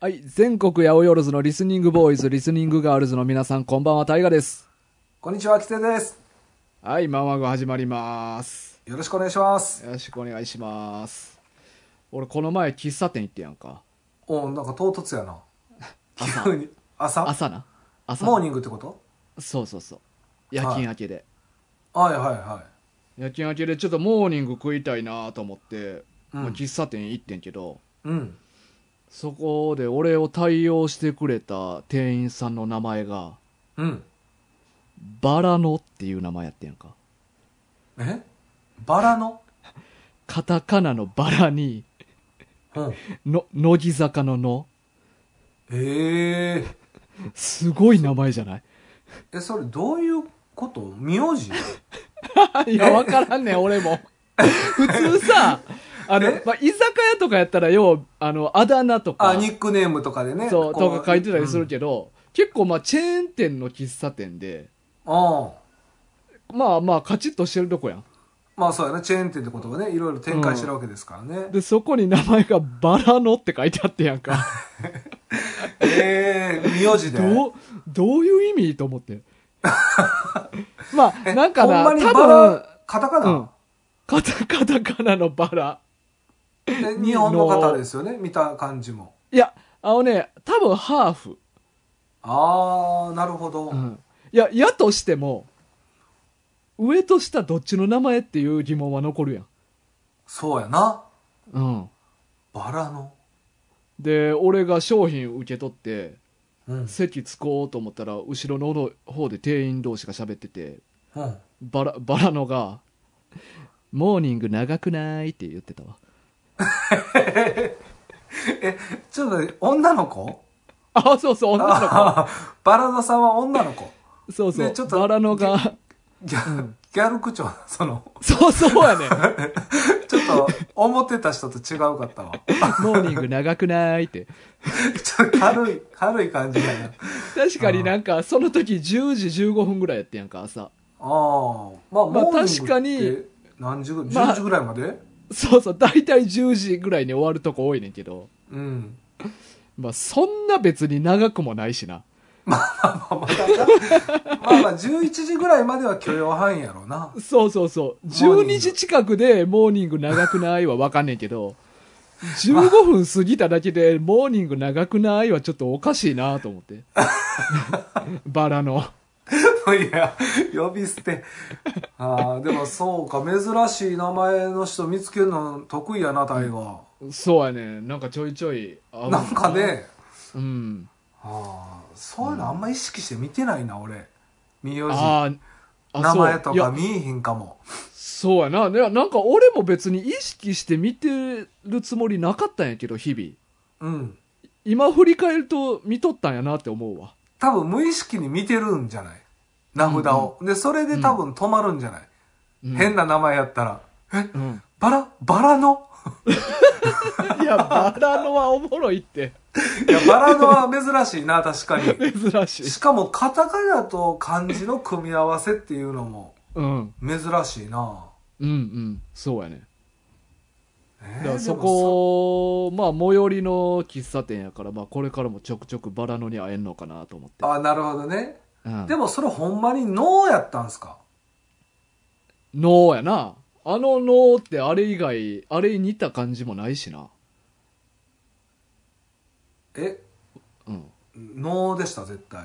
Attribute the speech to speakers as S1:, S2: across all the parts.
S1: はい。全国八百万のリスニングボーイズ、リスニングガールズの皆さん、こんばんは、タイガです。
S2: こんにちは、きてです。
S1: はい。マンワグ始まります。
S2: よろしくお願いします。
S1: よろしくお願いします。俺、この前、喫茶店行ってやんか。
S2: おなんか唐突やな。
S1: 朝
S2: 急に。朝
S1: 朝な。朝な。
S2: モーニングってこと
S1: そうそうそう。夜勤明けで。
S2: はいはいは
S1: 夜勤明けで、ちょっとモーニング食いたいなと思って、
S2: うん
S1: まあ喫茶店行ってんけど、
S2: い。うん。
S1: そこで俺を対応してくれた店員さんの名前が、
S2: うん。
S1: バラノっていう名前やってんやんか。
S2: えバラの
S1: カタカナのバラに、
S2: うん。
S1: の、乃木坂のの。
S2: ええー。
S1: すごい名前じゃない
S2: え、それどういうこと名字
S1: いや、わからんねん、俺も。 普通さ、あの
S2: え、
S1: まあ、居酒屋とかやったら、要は、あの、あだ名とか、
S2: あ、ニックネームとかでね。
S1: そう、
S2: こう
S1: とか書いてたりするけど、結構、まあ、チェーン店の喫茶店で、
S2: うんうん
S1: まあまあ、カチッとしてるとこやん。
S2: まあそうやな、チェーン店ってことがね、いろいろ展開してるわけですからね。
S1: で、そこに名前がバラのって書いてあってやん か。
S2: ええー、名字で。
S1: どう、どういう意味と思 って。まあ、
S2: え
S1: なんか
S2: ほん
S1: な、
S2: まに
S1: 多
S2: バ
S1: 分、
S2: ラ、カタカ
S1: うん
S2: ナ、。
S1: カタカタカナのバラ。
S2: え日本の方ですよね、見た感じも。
S1: いや、あのね、多分ハーフ。
S2: あー、なるほど。
S1: うん。いや、やとしても、上と下どっちの名前っていう疑問は残るやん。
S2: そうやな。
S1: うん。
S2: バラの。
S1: で、俺が商品受け取って、
S2: うん。
S1: 席着こうと思ったら、後ろの方で店員同士が喋ってて、
S2: うん。
S1: バラ、バラのが、モーニング長くないって言ってたわ。
S2: え、ちょっと待って、女の子
S1: あ、そうそう、女の子。
S2: あーバラのさんは女の子。
S1: そうそ
S2: ねちょ
S1: う、
S2: っと
S1: バラのが、
S2: ギャ,、ギャル口調、 その、
S1: そうそうやねん。
S2: ちょっと、思ってた人と違うかった わ。
S1: モーニング長くないって。
S2: ちょっと軽い、軽い感じだな。
S1: 確かになんか、その時10時15分ぐらいやってやんか、朝。
S2: ああ、まあ、
S1: まあ
S2: モーニン
S1: 確
S2: グ
S1: か
S2: って
S1: に
S2: 何時ぐらい、
S1: まあ
S2: 10時ぐらいまで、
S1: そうそう、大体10時ぐらいに終わるとこ多いねんけど、
S2: うん。
S1: まあそんな別に長くもないしな。
S2: まあまあ、だからまあまあ、11時ぐらいまでは許容範囲やろうな。
S1: そうそうそう、
S2: モーニング
S1: 12時近くでモーニング長くないはわかんねんけど、15分過ぎただけでモーニング長くないはちょっとおかしいなと思 って。バラの。
S2: いや、呼び捨て。ああ、でもそうか、珍しい名前の人見つけるの得意やな、タイガ
S1: そうやねんなんかちょいちょい合う
S2: ー。なんか。ね、
S1: うん。
S2: ああ、そういうのあんま意識して見てないな、俺。名字。
S1: あーあ、
S2: 名前と
S1: そうい
S2: か
S1: や
S2: 見えへんかも。
S1: そうやな。いや、なんか俺も別に意識して見てるつもりなかったんやけど、日々。
S2: うん。
S1: 今振り返ると見とったんやなって思うわ。
S2: 多分無意識に見てるんじゃない名札を。で、それで多分止まるんじゃない、
S1: うん
S2: 変な名前やったら。え
S1: うん。
S2: バラバラの
S1: いや、バラのはおもろいって。
S2: いや、バラのは珍しいな、確 かに。
S1: 珍しい。
S2: しかも、カタカナと漢字の組み合わせっていうのも。
S1: うん。うん
S2: 珍しいな
S1: うん。そうやね。だ
S2: え
S1: から
S2: ー
S1: そこ、まあ、最寄りの喫茶店やから、まあ、これからもちょくちょくバラのに会えんのかなと思って
S2: でも。さあなるほどね
S1: うん。
S2: で
S1: も、
S2: もそれほんまにノーやったんすか
S1: ノーやな。あのノーってあれ以外、あれに似た感じもないしな。
S2: え
S1: うん。
S2: ノーでした絶対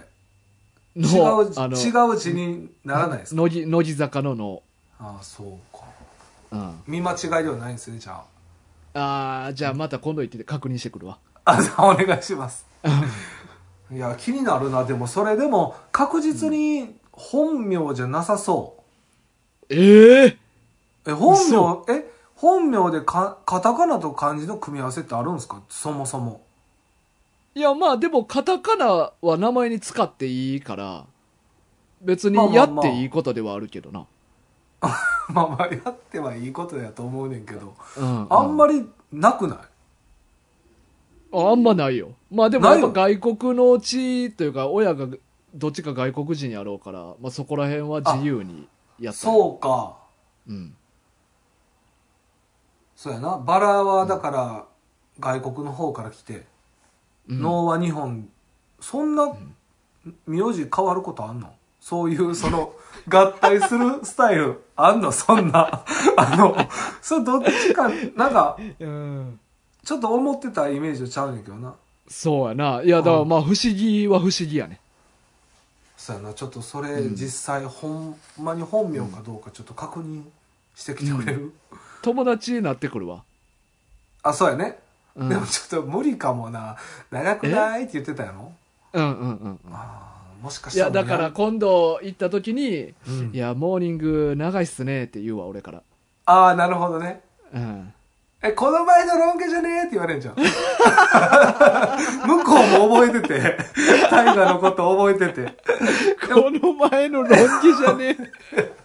S1: ノ
S2: 違
S1: ー
S2: う
S1: あの
S2: 違う字にならないですか
S1: 乃木、乃木坂のノ
S2: ああそうか
S1: ー。うん。
S2: 見間違いではないんですねじゃ
S1: あー、じゃあまた今度行って確認してくるわ。
S2: ああじゃあお願いし ますいや気になるなでもそれでも確実に本名じゃなさそ
S1: ええー
S2: うえ本
S1: 嘘
S2: 名え本名でかカタカナと漢字の組み合わせってあるんですかそもそも
S1: いや、まあでも、カタカナは名前に使っていいから、別
S2: まあ
S1: に
S2: ま
S1: や
S2: あま
S1: っ
S2: あ
S1: ていいことではあるけどな。
S2: まあまあやってはいいことやと思うねんけど
S1: うん
S2: あんま
S1: り。
S2: りなくない、
S1: あんまないよ。まあでも、
S2: な
S1: やっ
S2: い
S1: ぱ
S2: の
S1: 外国の地というか、親がどっちか外国人やろうから、まあそこら辺は自由にやった。
S2: そうか。
S1: う。うん。
S2: そうやな。バラはだから、外国の方から来て。
S1: うん
S2: 能は2本そんな名字変わることあんのそういうその 合体するスタイルあんのそんな あのそれどっちかなんか
S1: うん
S2: ちょっと思ってたイメージとちゃうねんけどな
S1: そうやないやだからまあ不思議は不思議やね
S2: そうやなちょっとそれ
S1: うん
S2: 実際ほんまに本名かどうかちょっと確認してきてくれる、
S1: 友達になってくるわ、
S2: あそうやね、
S1: うん、う
S2: で
S1: ん
S2: もちょっと無理かもな長くないって言ってたやろ
S1: うんうんうん
S2: ああもしかし
S1: い
S2: た
S1: やだから今度行った時に
S2: うん
S1: 「いやモーニング長いっすね」って言うわ俺から
S2: ああなるほどね
S1: うん
S2: え、この前のロン毛じゃねえって言われんじゃん。向こうも覚えてて、タイガのこと覚えてて。
S1: この前の論議じゃねえ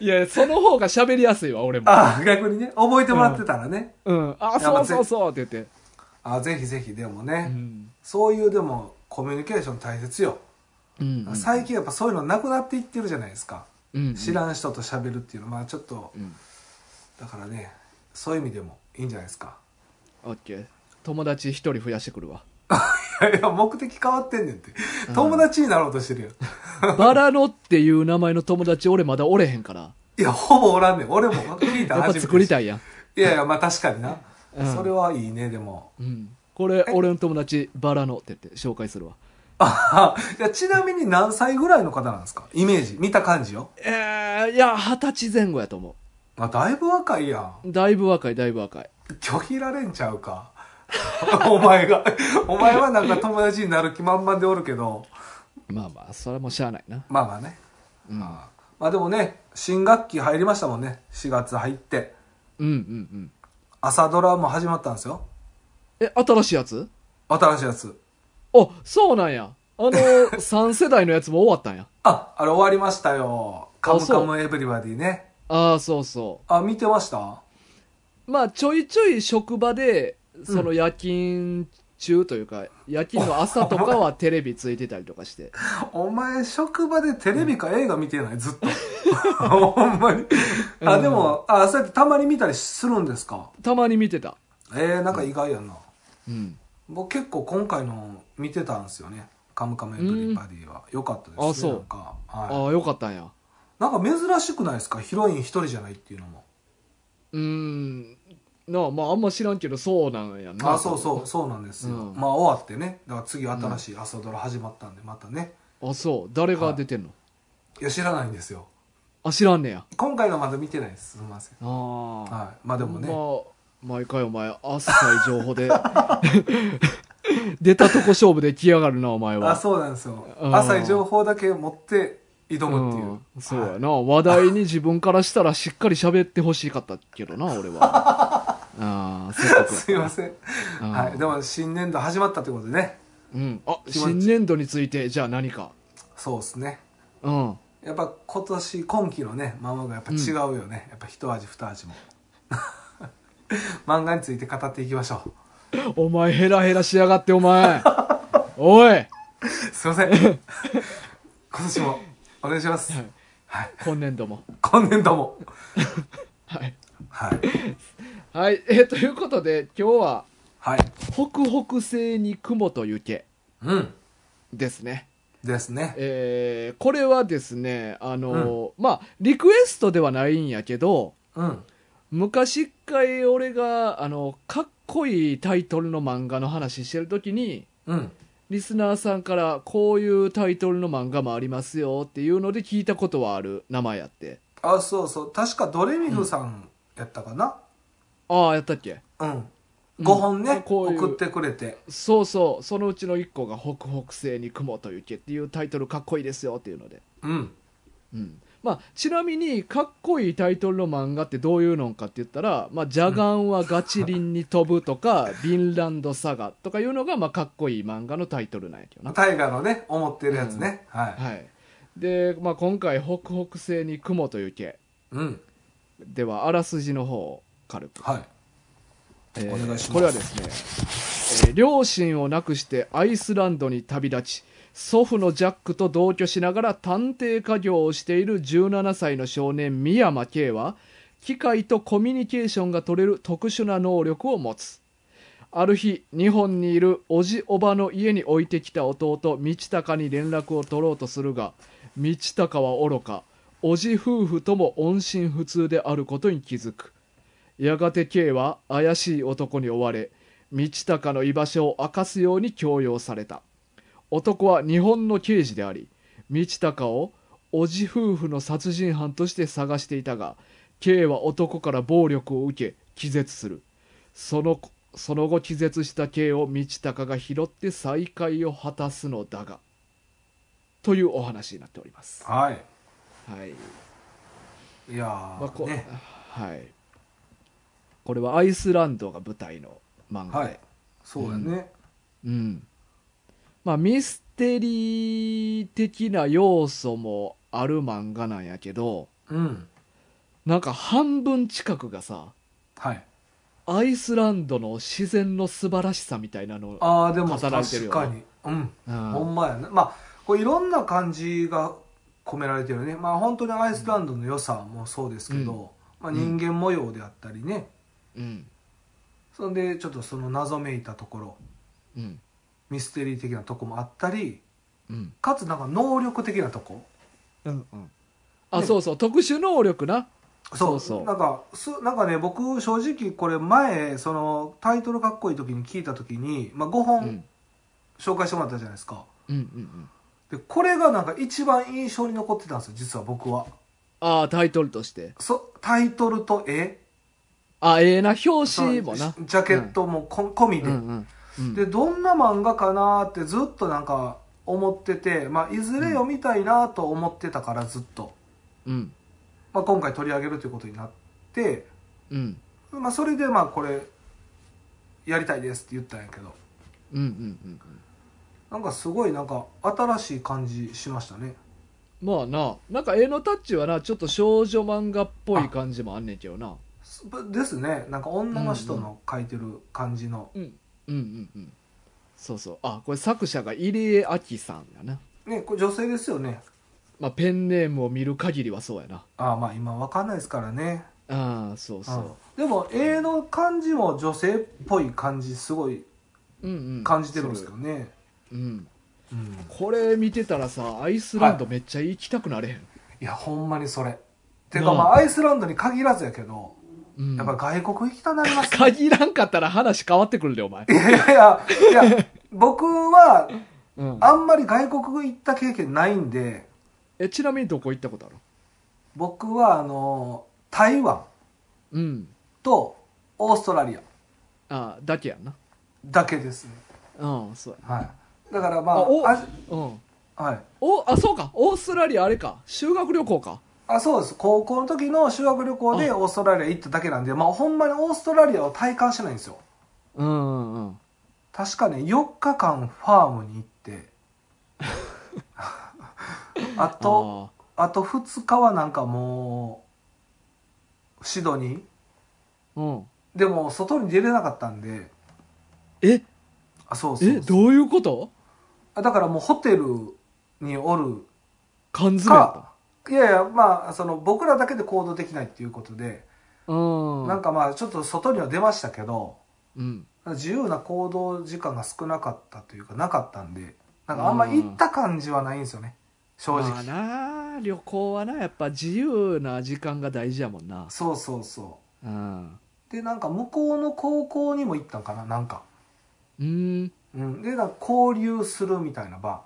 S1: いやその方が喋りやすいわ俺も
S2: ああ、逆にね、覚えてもらってたらね。
S1: うんあそうそうそうって言って
S2: ああ、ぜひぜひ、でも
S1: う
S2: ね、
S1: ん
S2: そういうでも、コミュニケーション大切よ。
S1: うんうん
S2: 最近やっぱそういうのなくなっていってるじゃないですか。
S1: うん
S2: 知らん人と喋るっていうのは、まあちょっと
S1: う、ん
S2: だからね、そういう意味でもいいんじゃないですか。
S1: オッケー友達一人増やしてくるわ
S2: いやいや、目的変わってんねんって。友達になろうとしてるよ。
S1: バラノっていう名前の友達俺まだおれへんから
S2: いや、ほぼおらんねん。俺も聞いた
S1: やっぱ
S2: 初めて
S1: 作りたいやん、
S2: いやいや、まあ確かにな。
S1: うん
S2: それはいいね、でも。
S1: うん、これ俺の友達バラノって言って紹介するわ
S2: あいやちなみに何歳ぐらいの方なんですかイメージ。見た感じよ。
S1: えー、いや二十歳前後やと思
S2: あ、だいぶ若いやん。
S1: うだいぶ若いだいぶ若い
S2: 拒否られんちゃうか。 お前が。お前はなんか友達になる気満々でおるけど。
S1: まあまあそれもしゃあないな
S2: まあまあね。
S1: うんうん
S2: まあまあでもね、新学期入りましたもんね。4月入って。
S1: うんうん
S2: 朝ドラも始まったんですよ。
S1: え新しいやつ
S2: 新しいやつ。
S1: あそうなんやあの3 世代のやつも終わったんや
S2: あ、あれ終わりましたよ。カムカ
S1: そ
S2: ムエブリバディね。
S1: ああそうそ
S2: あ、見てました
S1: うまあちょいちょい職場でその夜勤中というか、夜勤の朝とかはテレビついてたりとか して
S2: お前、職場でテレビか映画見 てないずっと。ほんまに。あ、でも、あ、そうやってたまに見たりするんですか
S1: たまに見てた
S2: えー、なんか意外やな。
S1: うん
S2: 僕結構今回の見てたんですよね。カムカムエブリバディは。良かったですね。
S1: あそう
S2: なんか、は
S1: ああよかったんや
S2: い。なんか珍しくないですかヒロイン一人じゃないっていうのも。
S1: うーんなあまああんま知らんけどそうなんやな
S2: あ、そうそう、そうなんですよ。
S1: うん
S2: まあ終わってね。だから次新しい朝ドラ始まったんで、またね。
S1: あそう誰が出てんの、
S2: いや、知らないんですよ。
S1: あ知らんねや
S2: 今回のまだ見てないです。すみません。
S1: ああ、
S2: はい。まあでもね。
S1: まあ、毎回お前、あっさい情報で、 出たとこ勝負で来やがるな、お前は。
S2: あそうなんですよ
S1: うん
S2: 浅い情報だけ持って挑むっていう、
S1: んそう
S2: は
S1: や
S2: い
S1: な、話題に自分からしたらしっかり喋ってほしかったけどな、俺 は。ああ、せっかくや
S2: すいません、
S1: うん
S2: はい、でも新年度始まったということでね
S1: うん。あ、
S2: 気持ち
S1: 新年度について、じゃあ何か。
S2: そうですね
S1: うん。
S2: やっぱ今年今期のね漫画がやっぱ違うよね、やっぱ一味二味も 漫画について語っていきましょう
S1: お前、ヘラヘラしやがって、お 前。おい、
S2: すいません今年もお願いします、
S1: は
S2: はいい
S1: 今年度も。
S2: 今年度も
S1: はい。
S2: はい
S1: はい。えーということで、今日は、
S2: はい
S1: 北北西に雲と雪
S2: うん
S1: ですね。
S2: ですね
S1: えーこれはですね、あのーまあ、リクエストではないんやけど、
S2: うん
S1: 昔一回俺が、あの、かっこいいタイトルの漫画の話してるときに、
S2: うん
S1: リスナーさんからこういうタイトルの漫画もありますよっていうので聞いたことはある名前やって。
S2: あそうそう確かドレミフさんやったかな、
S1: ああ、やったっけ
S2: うん、5本
S1: うん
S2: ね、
S1: こういう
S2: 送ってくれて
S1: そうそう、そのうちの1個が北北西に雲と雪っていうタイトルかっこいいですよっていうので。
S2: うん
S1: うんまあ、ちなみにかっこいいタイトルの漫画ってどういうのかって言ったら「まあ、ジャガンはガチリンに飛ぶ」とか「ビンランドサガ」とかいうのが、まあ、かっこいい漫画のタイトルなんやけどな。
S2: 大河のね思ってるやつね、はい、
S1: はい、で、まあ、今回「北北西に雲と雪
S2: うん」
S1: ではあらすじの方を軽く、
S2: はい
S1: えー
S2: お願いします
S1: これはですね、えー両親を亡くしてアイスランドに旅立ち祖父のジャックと同居しながら探偵家業をしている17歳の少年三山圭は機械とコミュニケーションが取れる特殊な能力を持つある日日本にいるおじおばの家に置いてきた弟道隆に連絡を取ろうとするが道隆はおろかおじ夫婦とも音信不通であることに気づくやがて K は怪しい男に追われ道隆の居場所を明かすように強要された男は日本の刑事であり道隆をおじ夫婦の殺人犯として探していたが K は男から暴力を受け気絶するそのその後気絶した K を道隆が拾って再会を果たすのだがというお話になっておりますは
S2: はい
S1: い、
S2: いやー、
S1: まあこ
S2: ね
S1: はい、これはアイスランドが舞台の漫画で、
S2: はいそうやね、
S1: うんまあミステリー的な要素もある漫画なんやけど
S2: うん、
S1: なんか半分近くがさ
S2: はい
S1: アイスランドの自然の素晴らしさみたいなの
S2: ああでも
S1: 働いてる
S2: 確
S1: よな
S2: かにうん
S1: うん
S2: ほんまやねまあこういろんな感じが込められてるねまあ本当にアイスランドの良さもそうですけど、
S1: うん
S2: まあ、人間模様であったりね、
S1: うん
S2: そんでちょっとその謎めいたところ
S1: うん
S2: ミステリー的なとこもあったり
S1: うん
S2: かつなんか能力的なとこ
S1: うんうんあ
S2: ね
S1: そうそう特殊能力なそうそう
S2: なんかすなんかね僕正直これ前そのタイトルかっこいい時に聞いた時に、まあ、5
S1: う
S2: 本
S1: ん
S2: 紹介してもらったじゃないですか、
S1: うんうんうん
S2: でこれがなんか一番印象に残ってたんですよ実は僕は
S1: ああタイトルとして
S2: そタイトルと絵
S1: あええな表
S2: その
S1: 紙
S2: ジ
S1: もな
S2: ャケットもこ、込み
S1: う
S2: で、
S1: んうんうん
S2: でどんな漫画かなってずっとなんか思ってて、まあ、いずれ読みたいなと思ってたからずっと、
S1: うん
S2: まあ、今回取り上げるということになって、
S1: うん
S2: まあ、それでまあこれやりたいですって言ったんやけど
S1: うんうんうんうん
S2: なんかすごいなんか新しい感じしましたね
S1: まあななんか絵のタッチはなちょっと少女漫画っぽい感じもあんねんけどな
S2: すですねなんか女の人の描いてる感じの、
S1: うんうんうんうんそうそうあこれ作者が入江亜紀さんやな
S2: ねこれ女性ですよね
S1: まあペンネームを見る限りはそうやな
S2: ああまあ今わかんないですからね
S1: ああそうそ
S2: うんでも絵の感じも女性っぽい感じすごいう
S1: うんうん
S2: 感じてるんですけどね、
S1: うん
S2: うん
S1: これ見てたらさアイスランドめっちゃ行きたくなれへん、
S2: いやほんまにそれていう
S1: な
S2: か
S1: あ
S2: まあアイスランドに限らずやけど
S1: うん、
S2: やっぱ外国行きたなりますね、
S1: 限らんかったら話変わってくるでお前
S2: い、やいやいやいや僕は
S1: うん、
S2: あんまり外国行った経験ないんで
S1: えちなみにどこ行ったことある
S2: 僕はあの台湾
S1: うん
S2: とオーストラリア
S1: あだけやんな
S2: だけですね
S1: うんそうや
S2: はいだからまあ
S1: あお
S2: あ
S1: うん
S2: はい
S1: おあそうかオーストラリアあれか修学旅行か
S2: あそうです高校の時の修学旅行でオーストラリア行っただけなんでまあほんまにオーストラリアを体感してないんですよ
S1: うんうんうん
S2: 確かね4日間ファームに行って あとあと2日はなんかもうシドニー
S1: あーうん
S2: でも外に出れなかったんで
S1: え
S2: あそうそう
S1: えどういうこと
S2: あだからもうホテルにおる
S1: 缶詰やっ
S2: いやいやまあその僕らだけで行動できないっていうことで、
S1: たうん
S2: なんかまあちょっと外には出ましたけど
S1: うん
S2: 自由な行動時間が少なかったというかなかったんでなんかあんま行った感じはないんですよね正直、
S1: まあな旅行はなやっぱ自由な時間が大事やもんな
S2: そうそうそ
S1: うん
S2: うでなんか向こうの高校にも行ったんかななんか、
S1: うんうん
S2: うん、でなんか交流するみたいな場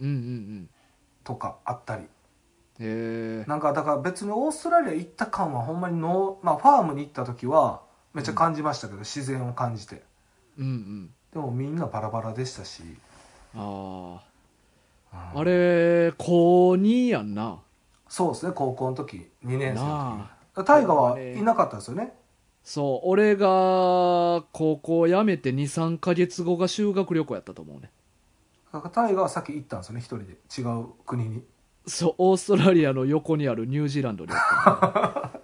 S1: うんうん
S2: とかあったり
S1: へえ
S2: なんかだから別にオーストラリア行った感はほんまにの、まあ、ファームに行った時はめっちゃ感じましたけど、自然を感じて
S1: うんうん
S2: でもみんなバラバラでしたし、
S1: あ
S2: うん
S1: ああれ高2やんな
S2: そうですね高校の時2年生の
S1: なあ
S2: 時大河はいなかったですよね
S1: そう俺が高校辞めて23か月後が修学旅行やったと思うね
S2: だから大河はさっき行ったんですよね一人で違う国に
S1: そうオーストラリアの横にあるニュージーランドにあっ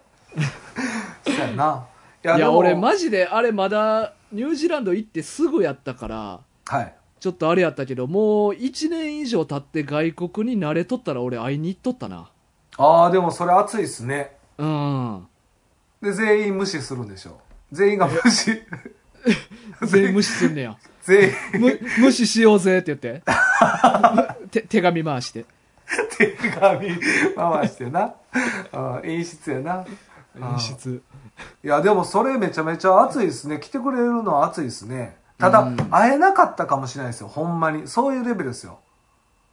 S1: た
S2: そうやない
S1: い
S2: で
S1: や
S2: も
S1: 俺マジであれまだニュージーランド行ってすぐやったから
S2: はい
S1: ちょっとあれやったけどもう1年以上経って外国に慣れとったら俺会いに行っとったな
S2: ああでもそれ熱いっすね
S1: うん
S2: で全員無視するんでしょ全員が無視
S1: 全員無視すんねや。
S2: 全員
S1: む無視しようぜって言って。 て手紙回して。
S2: 手紙回してな。あ演出やな。
S1: 演出。
S2: いや、でもそれめちゃめちゃ熱いですね。来てくれるのは熱いですね。ただ、
S1: うん
S2: 会えなかったかもしれないですよ。ほんまに。そういうレベルですよ。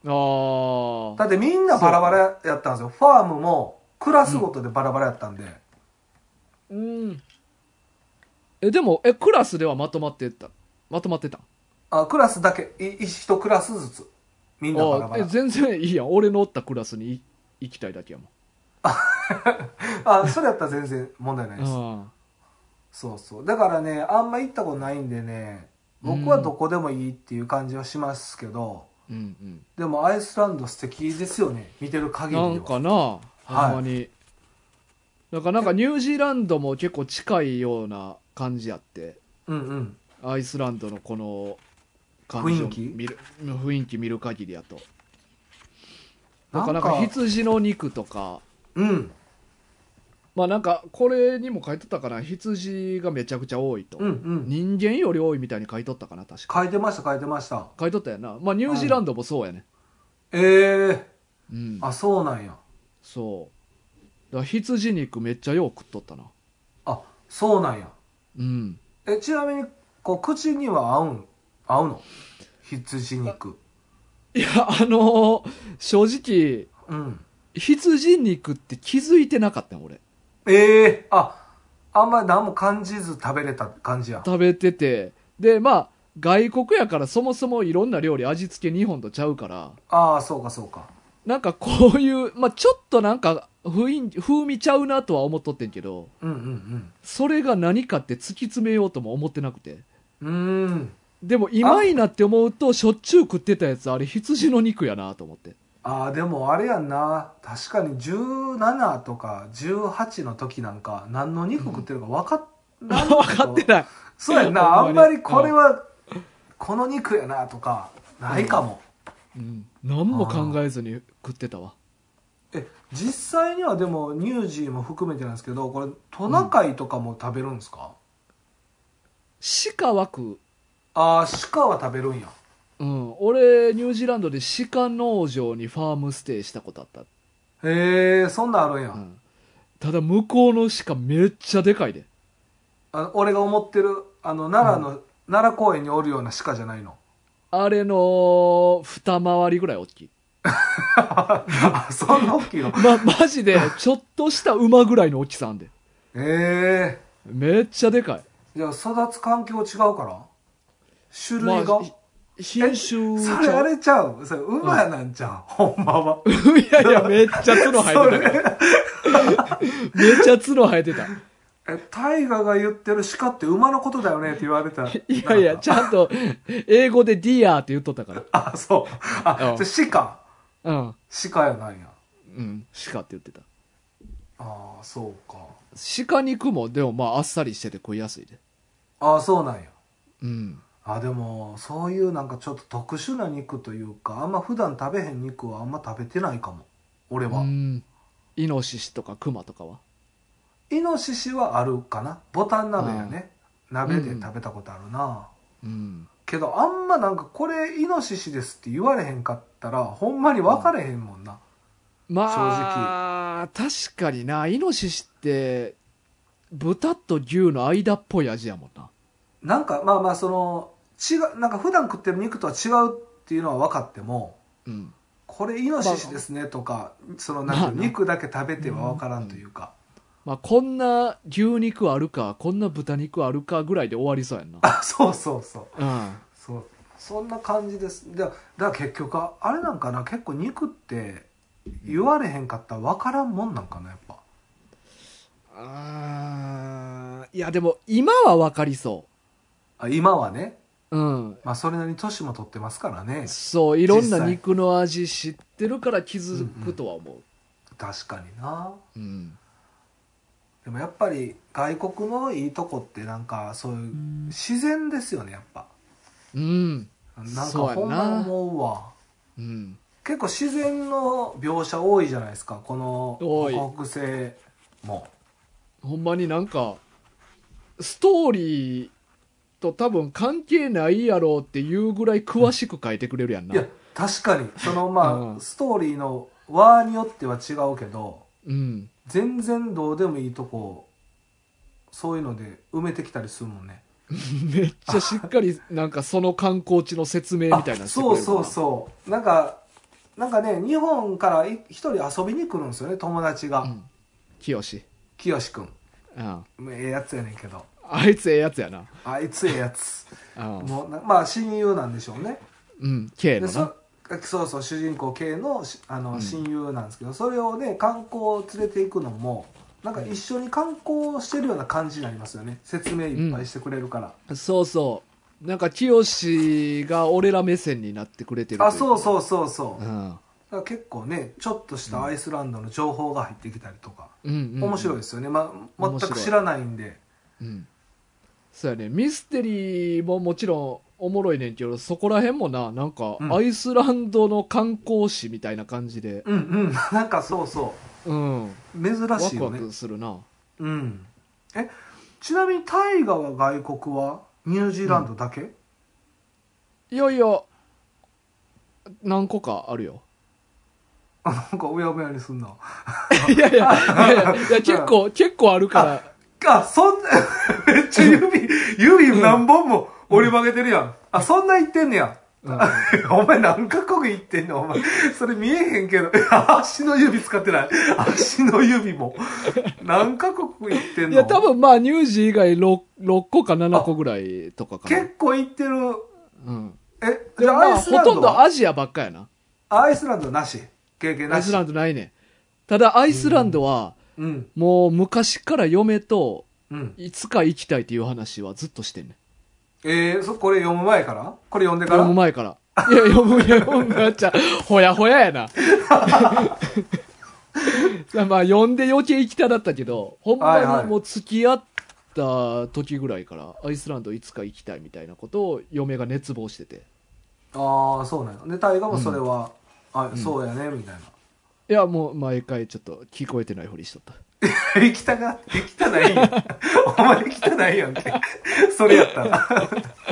S1: あ
S2: だ
S1: あ。
S2: ってみんなバラバラやったんですよ。ファームもクラスごとでバラバラやったんで。
S1: うん。え、でも、え、クラスではまとまってた。まとまってた。
S2: あクラスだけ、い一クラスずつ。みんなバラ
S1: あ
S2: バ
S1: ーえ
S2: ラ。
S1: 全然いいやん。俺のおったクラスにい行きたいだけやもん。
S2: あ、それやったら全然問題ないです。
S1: あ
S2: そうそう。だからね、あんま行ったことないんでね、僕はどこでもいいっていう感じはしますけど、
S1: ーうん
S2: でもアイスランド素敵ですよね。見てる
S1: うん。
S2: 限り
S1: な
S2: は。
S1: んかな、ほんまに。なんか、なんかニュージーランドも結構近いような感じやって。
S2: うんうん。
S1: アイスランドのこの感じを
S2: 雰囲気
S1: 見る雰囲気見る限りやと
S2: な
S1: なんん
S2: か
S1: かなんか羊の肉とか
S2: うん。
S1: まあなんかこれにも書いとったかな羊がめちゃくちゃ多いと、
S2: うんうん。
S1: 人間より多いみたいに書いとったかな確か
S2: 書いてました、書いてました。
S1: 書いとったよなまあニュージーランドもそうやね
S2: ええ
S1: うん
S2: あ、そうなんや。
S1: そうだから羊肉めっちゃよう食っとったな
S2: あ、そうなんや。
S1: うん
S2: え、ちなみに、こう、口には合うん、合うの羊肉。
S1: いやあのー正直
S2: うん。
S1: 羊肉って気づいてなかったん俺
S2: ええあ、あんまり何も感じず食べれた感じや。
S1: 食べててでまあ外国やからそもそもいろんな料理味付け日本とちゃうから
S2: ああ、そうかそうか。
S1: なんかこういう、まあ、ちょっとなんか雰囲気風味ちゃうなとは思っとってんけど
S2: うんうん
S1: それが何かって突き詰めようとも思ってなくて
S2: うん。うーん。
S1: でも今になって思うとしょっちゅう食ってたやつあれ羊の肉やなと思って
S2: ああ、でもあれやんな。確かに17とか18の時なんか、何の肉食ってるか分かっ、何の
S1: 分
S2: こと
S1: かってない
S2: そうやんな。あ
S1: ほ
S2: ん
S1: んま
S2: ま
S1: に
S2: りこれは、この肉やなとか、ないかも。
S1: うん、何も考えずに食ってたわ
S2: え、実際にはでも、乳児も含めてなんですけど、これ、トナカイとかも食べるんですか、
S1: 鹿は食う、
S2: ああ、鹿は食べるんや。
S1: うん、俺ニュージーランドで鹿農場にファームステイしたことあった
S2: へえ、そんなんあるんや。
S1: うんただ向こうの鹿めっちゃでかいで
S2: あの俺が思ってる、あの、奈良の、奈良公園におるような鹿じゃないの。
S1: あれの二回りぐらい大きい、
S2: あ、 そんな大 きいの。
S1: ま、マジでちょっとした馬ぐらいの大きさあんで
S2: ええ
S1: めっちゃでかい
S2: じゃあ育つ環境違うから種類が、
S1: まあひ品種
S2: それあれちゃうそれ馬なんちゃう、 ほんまは
S1: いやいや めっちゃ角
S2: そ
S1: 生えて
S2: れ
S1: ためっちゃ角生えてた
S2: え大河が言ってる鹿って馬のことだよねって言われた ら
S1: いやいやちゃんと英語でディアーって言っとったか
S2: あそうあ、
S1: うん
S2: じゃあ鹿
S1: らうん
S2: 鹿やなんや
S1: うん鹿って言ってた
S2: ああそうか
S1: 鹿肉もでもまああっさりしてて食いやすいで
S2: ああそうなんや
S1: うん
S2: あでもそういうなんかちょっと特殊な肉というかあんま普段食べへん肉はあんま食べてないかも俺
S1: う
S2: は、
S1: んイノシシとかクマとかは
S2: イノシシはあるかなボタン鍋やね鍋で食べたことあるな、
S1: うん
S2: けどあんまなんかこれイノシシですって言われへんかったらほんまに分かれへんもんな、
S1: まあ、確かにな、イノシシって、豚と牛の間っぽい味やもんな。
S2: なんかまあまあその違うなんか普段食ってる肉とは違うっていうのは分かっても
S1: うん。
S2: これイノシシですねとか、そのなん
S1: ま
S2: か
S1: あね
S2: 肉だけ食べては分からんというか、
S1: まあ、こんな牛肉あるか、こんな豚肉あるかぐらいで終わりそうやんな。
S2: あ そうそうそう
S1: うん。
S2: そうそんな感じですだだから結局あれなんかな結構肉って言われへんかったら分からんもんなんかなやっぱ
S1: あーいや、でも、今はわかりそ
S2: あ今はね
S1: う。うん。
S2: まあそれなりに年も取ってますからね
S1: そう、いろんな肉の味知ってるから気づくとは思
S2: 確かにな
S1: う。うん。
S2: でもやっぱり外国のいいとこってなんかそういう自然ですよねやっぱ
S1: うん。
S2: なんか
S1: そうやな
S2: ほんま思うわ
S1: うん。
S2: 結構自然の描写多いじゃないですかこ
S1: 多い
S2: の北西も
S1: ほんまになんか、ストーリーと多分関係ないやろうっていうぐらい詳しく書いてくれるやん
S2: い
S1: な。
S2: や確かにそのま あ、
S1: うん
S2: ストーリーの輪によっては違うけど
S1: うん。
S2: 全然どうでもいいとこそういうので埋めてきたりするもんね
S1: めっちゃしっかり、なんかその観光地の説明みたいなの
S2: あ
S1: してく
S2: そ
S1: れ
S2: う
S1: る
S2: そうそうなんかなんかね日本からい一人遊びに来るんですよね友達が、
S1: ううん。清。
S2: 清くん
S1: うん。
S2: ええやつやねんけど
S1: あいつええやつやな。
S2: あいつええやつ
S1: うん。
S2: もうなまあ親友なんでしょうね
S1: うん。K
S2: で
S1: のな
S2: そ。そうそう主人公系のしあの、
S1: うん
S2: 親友なんですけどそれをね観光を連れていくのもなんか一緒に観光してるような感じになりますよね説明いっぱいしてくれるから、
S1: そうそう。なんか清が俺ら目線になってくれてるとい
S2: あそう
S1: う
S2: そうそうそう、
S1: か。う
S2: だか
S1: ん。
S2: ら結構ねちょっとしたアイスランドの情報が入ってきたりとか、
S1: うんうんうん、
S2: 面白いですよね、ま、全
S1: 面白
S2: く
S1: い
S2: 知らないんで
S1: うん、そうやねミステリーももちろんおもろいねんけどそこら辺もななんか
S2: うん
S1: アイスランドの観光誌みたいな感じで、
S2: うんうん なんかそうそ
S1: うん
S2: う珍
S1: ワ
S2: しい
S1: ク
S2: よ
S1: ワ
S2: ね
S1: クするな
S2: うんえちなみに大河は外国はニュージーランドだけ、
S1: いよいよ何個かあるよ
S2: あなんかうやうやにすんな い
S1: やいやいやいやいや結構結構あるから
S2: あ、そんな、 めっちゃ指、指何本も折り曲げてるやん。あ、そんな言ってんねや。
S1: うん
S2: お前何カ国行ってんのお前。それ見えへんけど。足の指使ってない。足の指も。何カ国行ってんの
S1: いや多分まあニュージー以外 6, 六個か7個ぐらいとかかな
S2: 結構行ってる。
S1: うん、
S2: え、
S1: で
S2: じ
S1: も
S2: ゃあ
S1: ま
S2: ア
S1: あ
S2: イス
S1: ほ
S2: ラン
S1: とん
S2: ド
S1: ど
S2: は
S1: アジアばっかやな
S2: アイスランドなし。経験
S1: ア
S2: な
S1: イス
S2: し。
S1: ランドないねんただアイスランドは
S2: うん。
S1: もう昔から嫁と
S2: うん。
S1: いつか行きたいっていう話はずっとしてんねん。
S2: えー、そ、これ読む前からこれ読んでか
S1: 読
S2: ら
S1: む前から。いや、読む、読むなっちゃう。ほやほややな。 まあ、読んで余計行きただったけど、ほん
S2: はいは
S1: ま
S2: い
S1: にもう付き合った時ぐらいから、アイスランドいつか行きたいみたいなことを嫁が熱望してて。
S2: ああ、そうなんや。で、大河もそれは、あ、そうやね、みたいな。
S1: いや、もう毎回ちょっと聞こえてないふりしとった。
S2: 行きたが、行きたないや ん。お前行きたないやんけ。それやったら。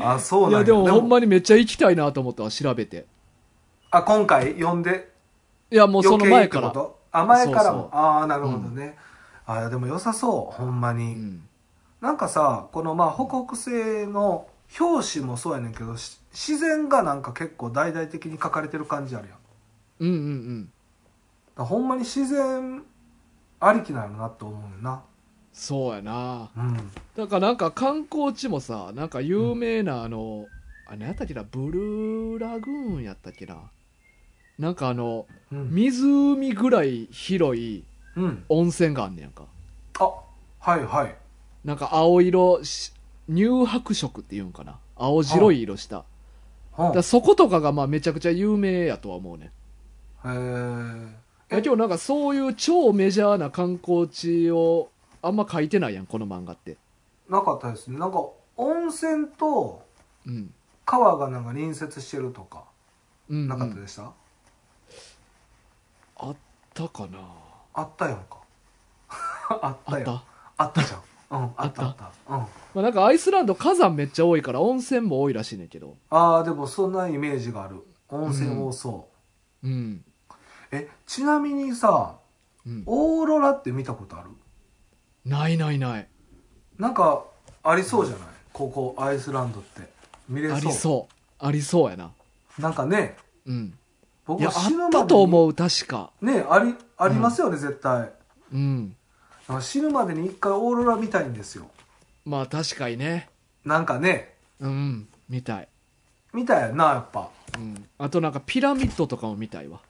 S2: あ、そう
S1: いや、
S2: なんや。
S1: でもほんまにめっちゃ行きたいなと思ったわ、調べて。
S2: あ、今回呼んで、
S1: いや、もうその前か
S2: 余計いいって
S1: ら。
S2: ことあ、前から
S1: そう
S2: も
S1: そう。
S2: ああ、なるほどね。あでも良さそう、ほんま
S1: う
S2: に。
S1: ん。
S2: なんかさ、このまあ、北北西の表紙もそうやねんけど、し自然がなんか結構大々的に書かれてる感じあるやん。だか
S1: うんうんうん。
S2: らほんまに自然ありきなのなって思うねんな。
S1: そうやな。
S2: うん。
S1: だからなんか観光地もさなんか有名なあの、あ何やったっけなブルーラグーンやったっけななんかあの
S2: うん。
S1: 湖ぐらい広い
S2: うん。
S1: 温泉があんねやんか
S2: あ、はいはい。
S1: なんか青色し乳白色っていうんかな青白い色した
S2: ほ
S1: だ
S2: ん
S1: からそことかがまあめちゃくちゃ有名やとは思うね
S2: へー
S1: いや今日なんかそういう超メジャーな観光地をあんま書いてないやんこの漫画って
S2: なかったですねなんか温泉と
S1: うん
S2: 川がなんか隣接してるとか
S1: うん、うん、
S2: なかったでした、
S1: あったかな
S2: あったやんか あっ
S1: あ
S2: た
S1: っ
S2: やんあったじゃんうんあったあ
S1: あ
S2: っ
S1: った
S2: うん
S1: まあ、なんかアイスランド火山めっちゃ多いから温泉も多いらしいねんけど、
S2: ああでもそんなイメージがある温泉多そ
S1: うん
S2: う、えちなみにさ
S1: うん、
S2: オーロラって見たことある
S1: ないないない
S2: なんかありそうじゃないここアイスランドって見れそう
S1: ありそうありそうやな、
S2: なんかね
S1: うん、い
S2: 僕
S1: や
S2: 死ぬ
S1: あ
S2: ま
S1: っ
S2: でに
S1: たと思う確か
S2: ねありありますよね、絶対
S1: うん
S2: なんか死ぬまでに一回オーロラ見たいんですよ
S1: まあ確かにね
S2: なんかね
S1: うん見たい、
S2: みたいやなやっぱ
S1: うん、あとなんかピラミッドとかも見たいわ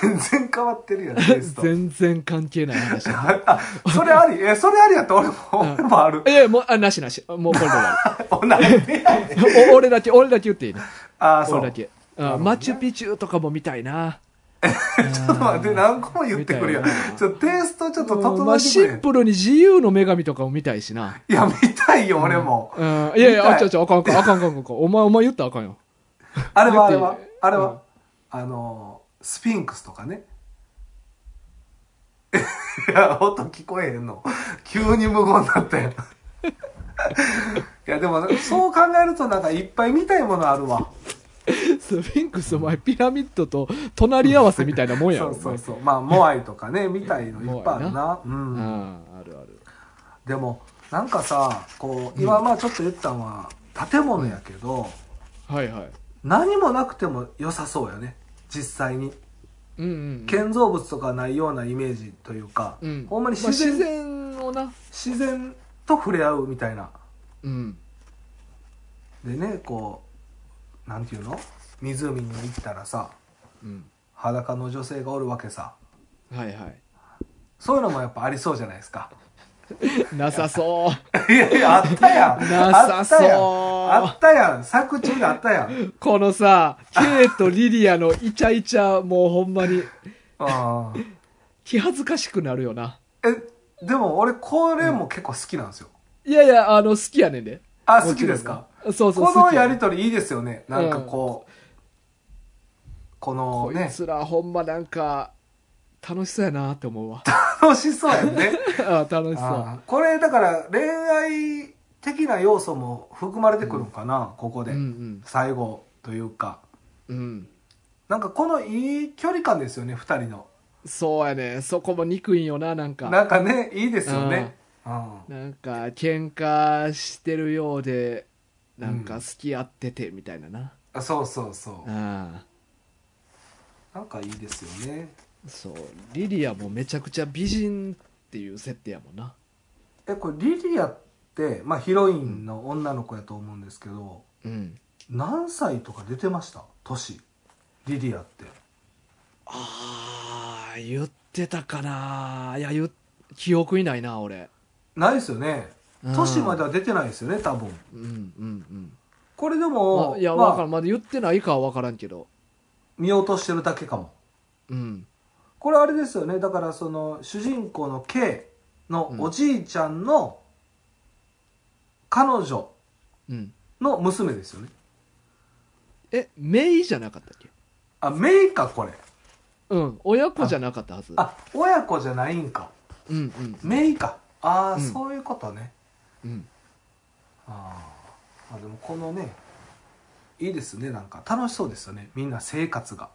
S2: 全然変わってるやんテイス ト
S1: 全然関係ない 話い
S2: あそれありえそれありやった俺も
S1: ん
S2: 俺も ある
S1: やいやもうあなしなしもうこれで終わ
S2: おなんでやねん
S1: りお俺だけ俺だけ言っていいね
S2: ああそ
S1: 俺
S2: う
S1: だ
S2: ち
S1: けあマチュピチュとかも見たいな
S2: ょっと待って何個も言ってくるやん
S1: みたいやな
S2: ちょっとテイストちょっと
S1: うんま
S2: 整
S1: あ
S2: えてく
S1: シ
S2: れ、
S1: ンプルに自由の女神とかも見たいしない
S2: や見たいよ俺も、
S1: うん、いやい
S2: 見た
S1: や、
S2: い
S1: あちゃあちゃあ、あかんあかん、あかん、あかん、あかん。お前、お前言ったらあか んよ。
S2: あれはあれ
S1: 言っ
S2: は
S1: ていい
S2: あれは、
S1: うん
S2: あのースピンクスとかね いや音聞こえへんの急に無言だったやんやでもそう考えるとなんかいっぱい見たいものあるわ
S1: スフィンクスお前ピラミッドと隣り合わせみたいなもんや
S2: そ
S1: ろ
S2: うそう
S1: お
S2: そうまあモアイとかね見たいのいっぱいあるなうん
S1: 前あああるある
S2: でもなんかさこう今まあちょっと言ったのは建物やけど、
S1: はいはい
S2: 何もなくても良さそうよね実際に
S1: うんうんうん
S2: 建造物とかないようなイメージというか、
S1: うん
S2: ほんまに
S1: まあ
S2: 自
S1: 自
S2: 然,、
S1: 然をな
S2: 自然と触れ合うみたいな
S1: うん
S2: でねこうなんていうの湖に行ったらさ
S1: うん
S2: 裸の女性がおるわけさ
S1: はい はい
S2: そういうのもやっぱありそうじゃないですか
S1: なさそう
S2: いやいやあったやん
S1: なさそう
S2: あったやんあったやん作中であったやん
S1: このさケイとリリアのイチャイチャもうほんまに
S2: あー
S1: 気恥ずかしくなるよな
S2: えでも俺これも結構好きなんですよ、
S1: いやいやあの好きやねんで
S2: あ好きですか
S1: そうそう
S2: この
S1: 好き
S2: や
S1: ね
S2: りとりいいですよねなんかこう、この
S1: こい
S2: ね
S1: つらほんまなんか楽しそうやなって思うわ
S2: 楽しそうやんね
S1: あ 楽しそう
S2: あーこれだから恋愛的な要素も含まれてくるのかな、ここ
S1: う
S2: で、
S1: ん
S2: 最後というか
S1: うんうん
S2: なんかこのいい距離感ですよね2人の
S1: そうやねそこも憎いんよななんか
S2: なんかねいいですよね、うん
S1: なんか喧嘩してるようでなん
S2: う
S1: か
S2: ん
S1: 好き合っててみたいなな、
S2: あそうそうそう
S1: あ
S2: なんかいいですよね
S1: あそうリリアもめちゃくちゃ美人っていう設定やもんな
S2: えこれリリアって、まあ、ヒロインの女の子やと思うんですけど、
S1: うん
S2: 何歳とか出てました年リリアって
S1: ああ言ってたかないや言っ記憶にないな俺
S2: ないですよね年までは出てないですよね多分
S1: うんうん
S2: これで
S1: うん、
S2: も、
S1: まあ、いや、
S2: まあ
S1: わからんまだ言ってないかは分からんけど
S2: 見落としてるだけかも
S1: うん
S2: これあれですよねだからその主人公の K のおじいちゃんの彼女
S1: うん
S2: の娘ですよね
S1: えメイじゃなかったっけ
S2: あメイかこれ
S1: うん親子じゃなかったはず
S2: あ親子じゃないんか
S1: うんうん
S2: メイかああ、
S1: うん
S2: そういうことね
S1: うん
S2: あーあでもこのねいいですねなんか楽しそうですよねみんな生活が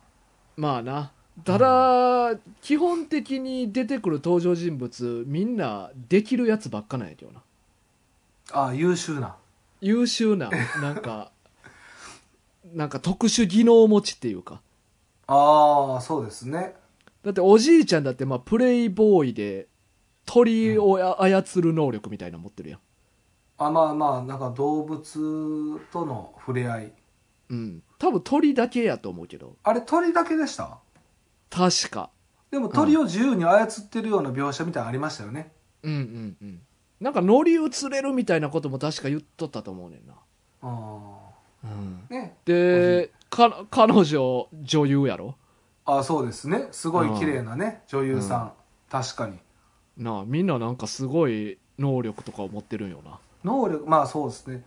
S1: まあなただ、基本的に出てくる登場人物みんなできるやつばっかなんやけどな
S2: ああ優秀な
S1: 優秀 ななんかなんか特殊技能持ちっていうか
S2: ああそうですね
S1: だっておじいちゃんだってまあプレイボーイで鳥をや操る能力みたいなの持ってるやん
S2: あまあまあなんか動物との触れ合い
S1: うん多分鳥だけやと思うけど
S2: あれ鳥だけでした
S1: 確か
S2: でも鳥を自由に操ってるような描写みたいなのありましたよね、
S1: うんうんうんなんか乗り移れるみたいなことも確か言っとったと思うねんな、
S2: ああね
S1: でか彼女女優やろ
S2: ああそうですねすごい綺麗なね、女優さん、確かに
S1: なあみんななんかすごい能力とかを持ってるんよな
S2: 能力まあそうですね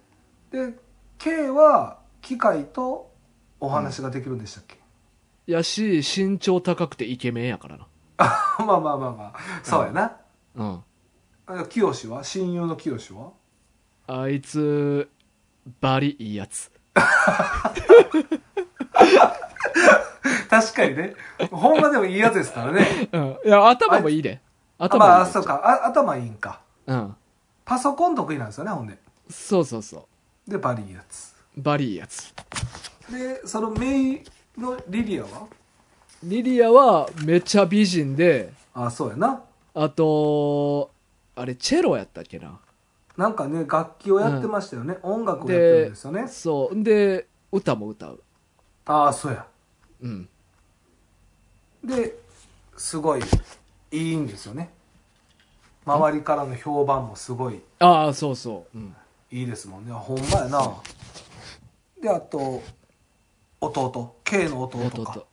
S2: で K は機械とお話ができるんでしたっけ、
S1: やし身長高くてイケメンやからな
S2: まあまあまあまあそうやな、
S1: うん
S2: あ清は親友の清 は
S1: あいつバリいいや つ
S2: 確かにねほんまでもいいやつですからね
S1: うんいや頭もいいで
S2: あ
S1: 頭もいい
S2: ま
S1: で
S2: あそうかあ頭いいんか
S1: うん
S2: パソコン得意なんですよねほんで
S1: そうそうそ
S2: でバリーやつ
S1: うバリいいやつ
S2: でそのメイのリリアは
S1: リリアはめちゃ美人で
S2: あそうやな
S1: あとあれチェロやったっけな
S2: なんかね楽器をやってましたよね、音楽をやってるんですよね
S1: そうんで歌も歌う
S2: ああそうや
S1: うん
S2: ですごいいいんですよね周りからの評判もすごい
S1: ああそうそう、うん、
S2: いいですもんねほんまやなであと弟 K の弟か
S1: 弟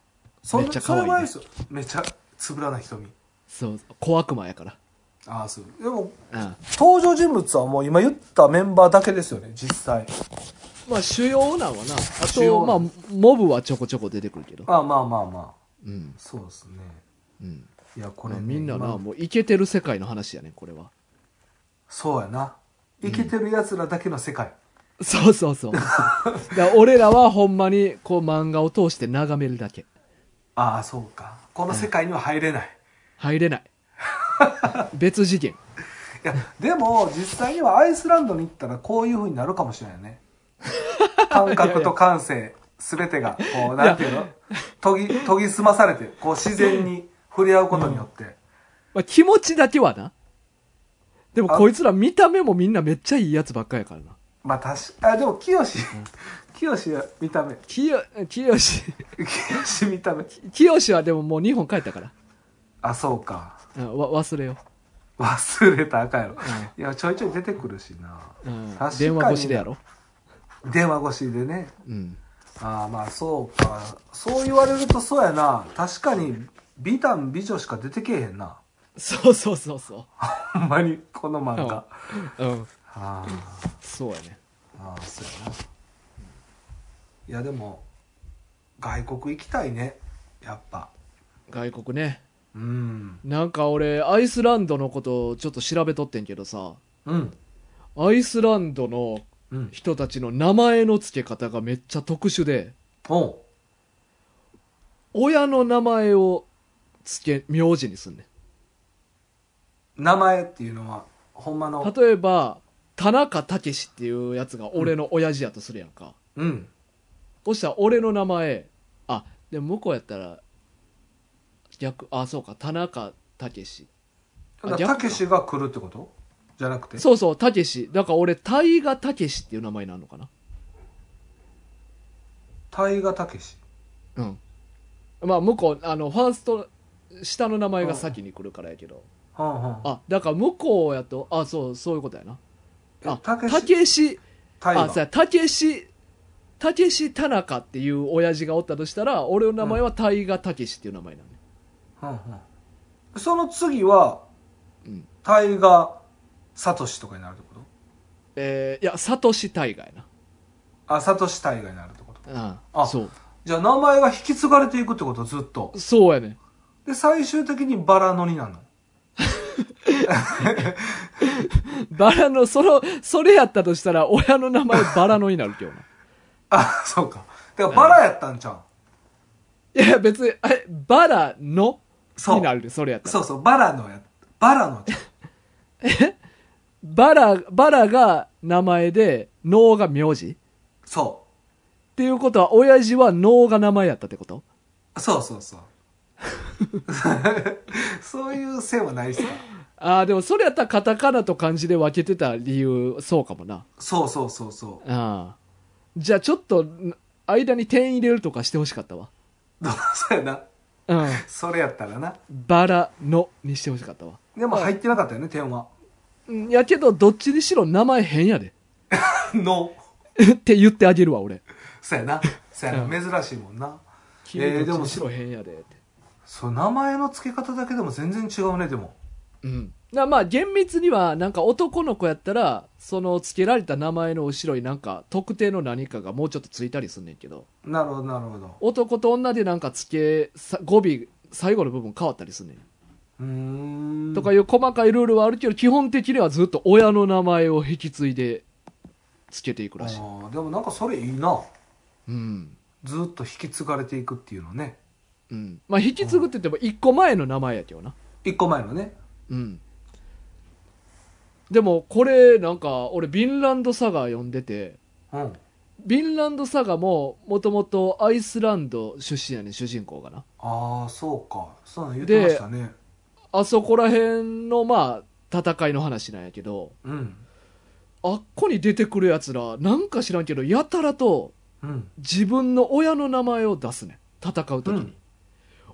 S2: そん
S1: めっちゃ
S2: そ
S1: 可愛いね
S2: れぐらいですよめちゃつぶらな瞳
S1: そう小悪魔やから
S2: ああそうでも
S1: うん
S2: 登場人物はもう今言ったメンバーだけですよね実際
S1: まあ主要なんはなあ
S2: 主要
S1: とまあモブはちょこちょこ出てくるけど
S2: まあまあまあまあ
S1: うん
S2: そうですね
S1: うん
S2: いやこ
S1: こ
S2: れ
S1: れ
S2: ね、
S1: みんな
S2: 今
S1: なもうイケてる世界の話やねこれは
S2: そうやな。イケてる奴らだけの世界。
S1: そうそう そうだから俺らはほんまにこう漫画を通して眺めるだけ
S2: ああ、そうか。この世界には入れない。
S1: 入れない別次元
S2: いや、でも、実際にはアイスランドに行ったらこういう風になるかもしれない ね。感覚と感性、すべてが、こう、なんていうの研ぎ、研ぎ澄まされて、こう自然に触れ合うことによって。
S1: まあ、気持ちだけはなでも
S2: あ
S1: こいつら見た目もみんなめっちゃいいやつばっかやからな
S2: まあ、確か、あ、でも、清志、清志は見た目。
S1: きよきよし
S2: 清志見た目。
S1: きよしはでももう日本帰ったから
S2: あ、そうか。
S1: うんわ忘れよ
S2: 忘れたらあかんやろ。いや、ちょいちょい出てくるしな。
S1: う、うん
S2: 確かに
S1: 電話越しでやろ、
S2: 電話越しでね。
S1: うん、
S2: ああ、まあ、そうか。そう言われるとそうやな。確かに、美男美女しか出てけえへんな。
S1: そうそうそうそ
S2: ほんまに、この漫
S1: うん
S2: 画。
S1: う、うん、
S2: あー
S1: そうやね
S2: あー、そうやな。いや、でも、外国行きたいね。やっぱ。
S1: 外国ね
S2: うん。
S1: なんか俺アイスランドのことをちょっと調べとってんけどさ
S2: うん。
S1: アイスランドの
S2: うん。
S1: 人たちの名前の付け方がめっちゃ特殊で
S2: おう
S1: 親の名前を付け名字にすんね
S2: 名前っていうのは、ほんまの
S1: ん。例えば田中武史っていうやつが俺の親父やとするやんか、
S2: うん。
S1: そしたら俺の名前あでも向こうやったら逆あそうか田中武史あ逆か
S2: たけしが来るってことじゃなくて。
S1: そうそう武史だから俺大河武史っていう名前になるのかな
S2: 大河たけし。
S1: うんまあ向こうあのファースト下の名前が先に来るからやけど
S2: はんはん。
S1: あだから向こうやとあそうそういうことやな
S2: え
S1: あ
S2: たけ
S1: た
S2: し、
S1: けし
S2: 大
S1: あ
S2: 河
S1: そうやたけしたけし田中っていう親父がおったとしたら俺の名前は大河たけしっていう名前なのね
S2: うんうん、その次は
S1: うん
S2: 大河サトシとかになるってこと
S1: えーいやサトシ大河や
S2: あサトシ大河になるってこと
S1: なうん
S2: あ
S1: そう
S2: じゃあ名前が引き継がれていくってことずっと
S1: そうやね
S2: で最終的にバラのになるの
S1: バラの、その、それやったとしたら、親の名前バラのになるけどな。
S2: あそうかだからバラやったんちゃう、
S1: いや、別に、あれ、バラの
S2: そう
S1: になるで、それやった
S2: そ
S1: ら。
S2: うそうバラのやバラのちゃう
S1: バラ、バラが名前で、能が名字っ
S2: そ
S1: ていうことは、親父は能が名前やったってこと
S2: うそうそうそう そういう線はないっすか
S1: ああ、でもそれやったらカタカナと漢字で分けてた理由、そうかもな。
S2: そうそうそうそ
S1: ああ。じゃあちょっと、ん間に点入れるとかしてほしかったわ。
S2: うどうせやな
S1: うん。
S2: それやったらな
S1: バラのにしてほしかったわ。
S2: でも入ってなかったよね点は
S1: うんやけど、どっちにしろ名前変やで。
S2: の
S1: って言ってあげるわ、俺。
S2: そうやな。そうやな。珍しいもんな。
S1: 君
S2: えー
S1: ど
S2: で
S1: っち
S2: も
S1: にしろ変やでって、
S2: そう、名前の付け方だけでも全然違うね、でも。
S1: うんなまあ厳密にはなんか男の子やったらその付けられた名前の後ろになんか特定の何かがもうちょっとついたりすんねんけど
S2: なるほど、なるほど。
S1: 男と女でなんか付けさ語尾最後の部分変わったりすんねん、
S2: うーん。
S1: とかいう細かいルールはあるけど基本的にはずっと親の名前を引き継いで付けていく
S2: あ
S1: らしい、
S2: ーでもなんかそれいいな。
S1: うん
S2: ずっと引き継がれていくっていうのね。
S1: うん、まあ引き継ぐって言っても一個前の名前やけどな
S2: 一個前のね。
S1: うんでもこれなんか俺ビンランドサガ読んでて
S2: うん。
S1: ビンランドサガももともとアイスランド出身やねん主人公がな
S2: ああ、そうか。そうなの言ってましたね。
S1: あそこら辺のまあ戦いの話なんやけど
S2: うん。
S1: あっこに出てくるやつらなんか知らんけどやたらと
S2: うん。
S1: 自分の親の名前を出すねん戦う時に、
S2: うん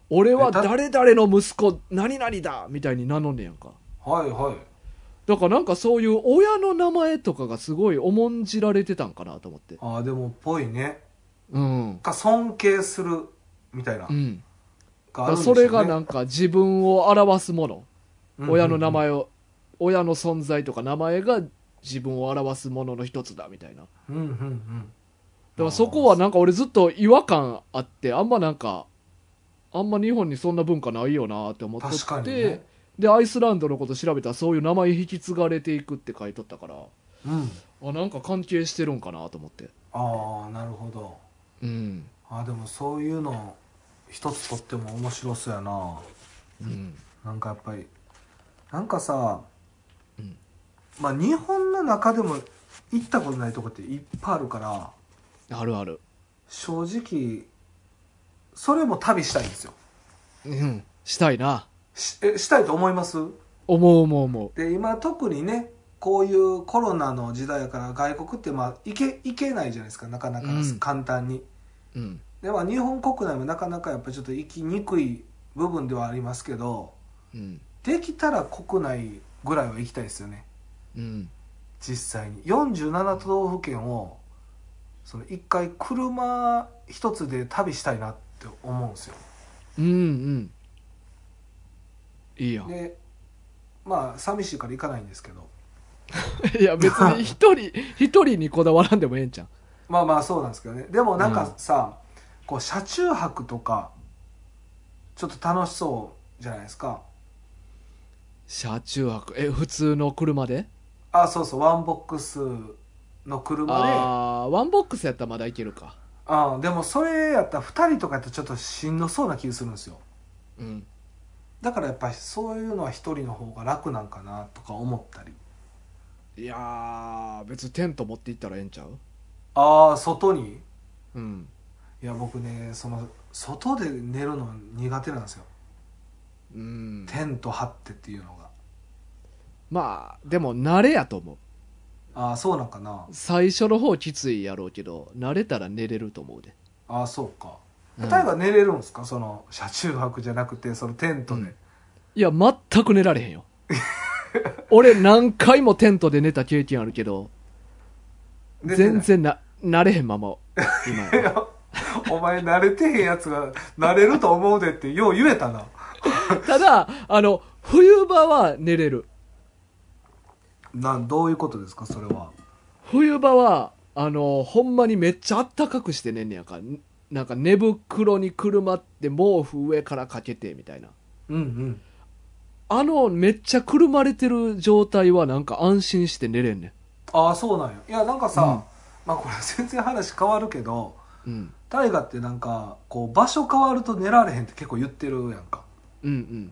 S1: 俺は
S2: えた
S1: 誰々の息子何々だみたいに名乗んねやんか
S2: はいはい。
S1: だからなんかそういう親の名前とかがすごい重んじられてたんかなと思って
S2: ああ、でもっぽいね。
S1: うん
S2: か、尊敬する、みたいな
S1: う。ん、だ
S2: が
S1: から
S2: あるんでし
S1: そ
S2: ょうね
S1: れがなんか自分を表すもの
S2: うん
S1: 親の名前を、親の存在とか名前が自分を表すものの一つだみたいなだ
S2: うんうんうん。
S1: からそこはなんか俺ずっと違和感あってあんまなんかあんま日本にそんな文化ないよなって思っと
S2: 確か
S1: っ
S2: に
S1: て、
S2: ね。
S1: でアイスランドのこと調べたらそういう名前引き継がれていくって書いとったから
S2: うん。
S1: あなんか関係してるんかなと思って
S2: ああなるほど
S1: うん
S2: あでもそういうの一つとっても面白そうやな
S1: うん
S2: なんかやっぱりなんかさ、
S1: うん
S2: まあ日本の中でも行ったことないとこっていっぱいあるから
S1: あるある
S2: 正直それも旅したいんですよ
S1: うんしたいな
S2: しえしたいと思います
S1: 思う思う思う
S2: で今特にねこういうコロナの時代やから外国ってまあ行け行けないじゃないですかなかなか
S1: うん
S2: 簡単に、
S1: うん
S2: でまあ日本国内もなかなかやっぱりちょっと行きにくい部分ではありますけど
S1: うん
S2: できたら国内ぐらいは行きたいですよね
S1: うん
S2: 実際に47都道府県をその一回車一つで旅したいなって思うんですよ
S1: うんうんいいやん
S2: でまあ寂しいから行かないんですけど
S1: いや別に一 人一人にこだわらんでもええんちゃ
S2: まあまあそうなんですけどねでもなん
S1: うん
S2: かさ、こう車中泊とかちょっと楽しそうじゃないですか
S1: 車中泊え普通の車で
S2: あそうそうワンボックスの車であ
S1: ああーワンボックスやったらまだいけるか
S2: あでもそれやったら2人とかやったらちょっとしんどそうな気するんですよ
S1: うん
S2: だからやっぱりそういうのは1人の方が楽なんかなとか思ったり
S1: いやー別にテント持って行ったらええんちゃう
S2: ああ外に
S1: うん
S2: いや僕ねその外で寝るの苦手なんですよ
S1: うん
S2: テント張ってっていうのが
S1: まあでも慣れやと思う
S2: ああそうなんかな
S1: 最初の方きついやろうけど慣れたら寝れると思うで
S2: ああそうか
S1: うん
S2: 例えば寝れるんですか、その車中泊じゃなくてそのテントで、
S1: うんいや全く寝られへん よ俺何回もテントで寝た経験あるけど
S2: 寝てな
S1: 全
S2: い
S1: 然な慣れへんまま今
S2: い や お前慣れてへんやつが慣れると思うでってよう言えたな
S1: ただあの冬場は寝れる
S2: なんどういうことですかそれは
S1: 冬場はあのほんまにめっちゃあったかくして寝んねやんかなんか寝袋にくるまって毛布上からかけてみたいな
S2: うんうん
S1: あのめっちゃくるまれてる状態はなんか安心して寝れんね
S2: ああそうなんやいやなんかさ、
S1: うん
S2: まあこれ全然話変わるけど
S1: ん、うん、
S2: 大河ってなんかこう場所変わると寝られへんって結構言ってるやんか
S1: うんうん
S2: い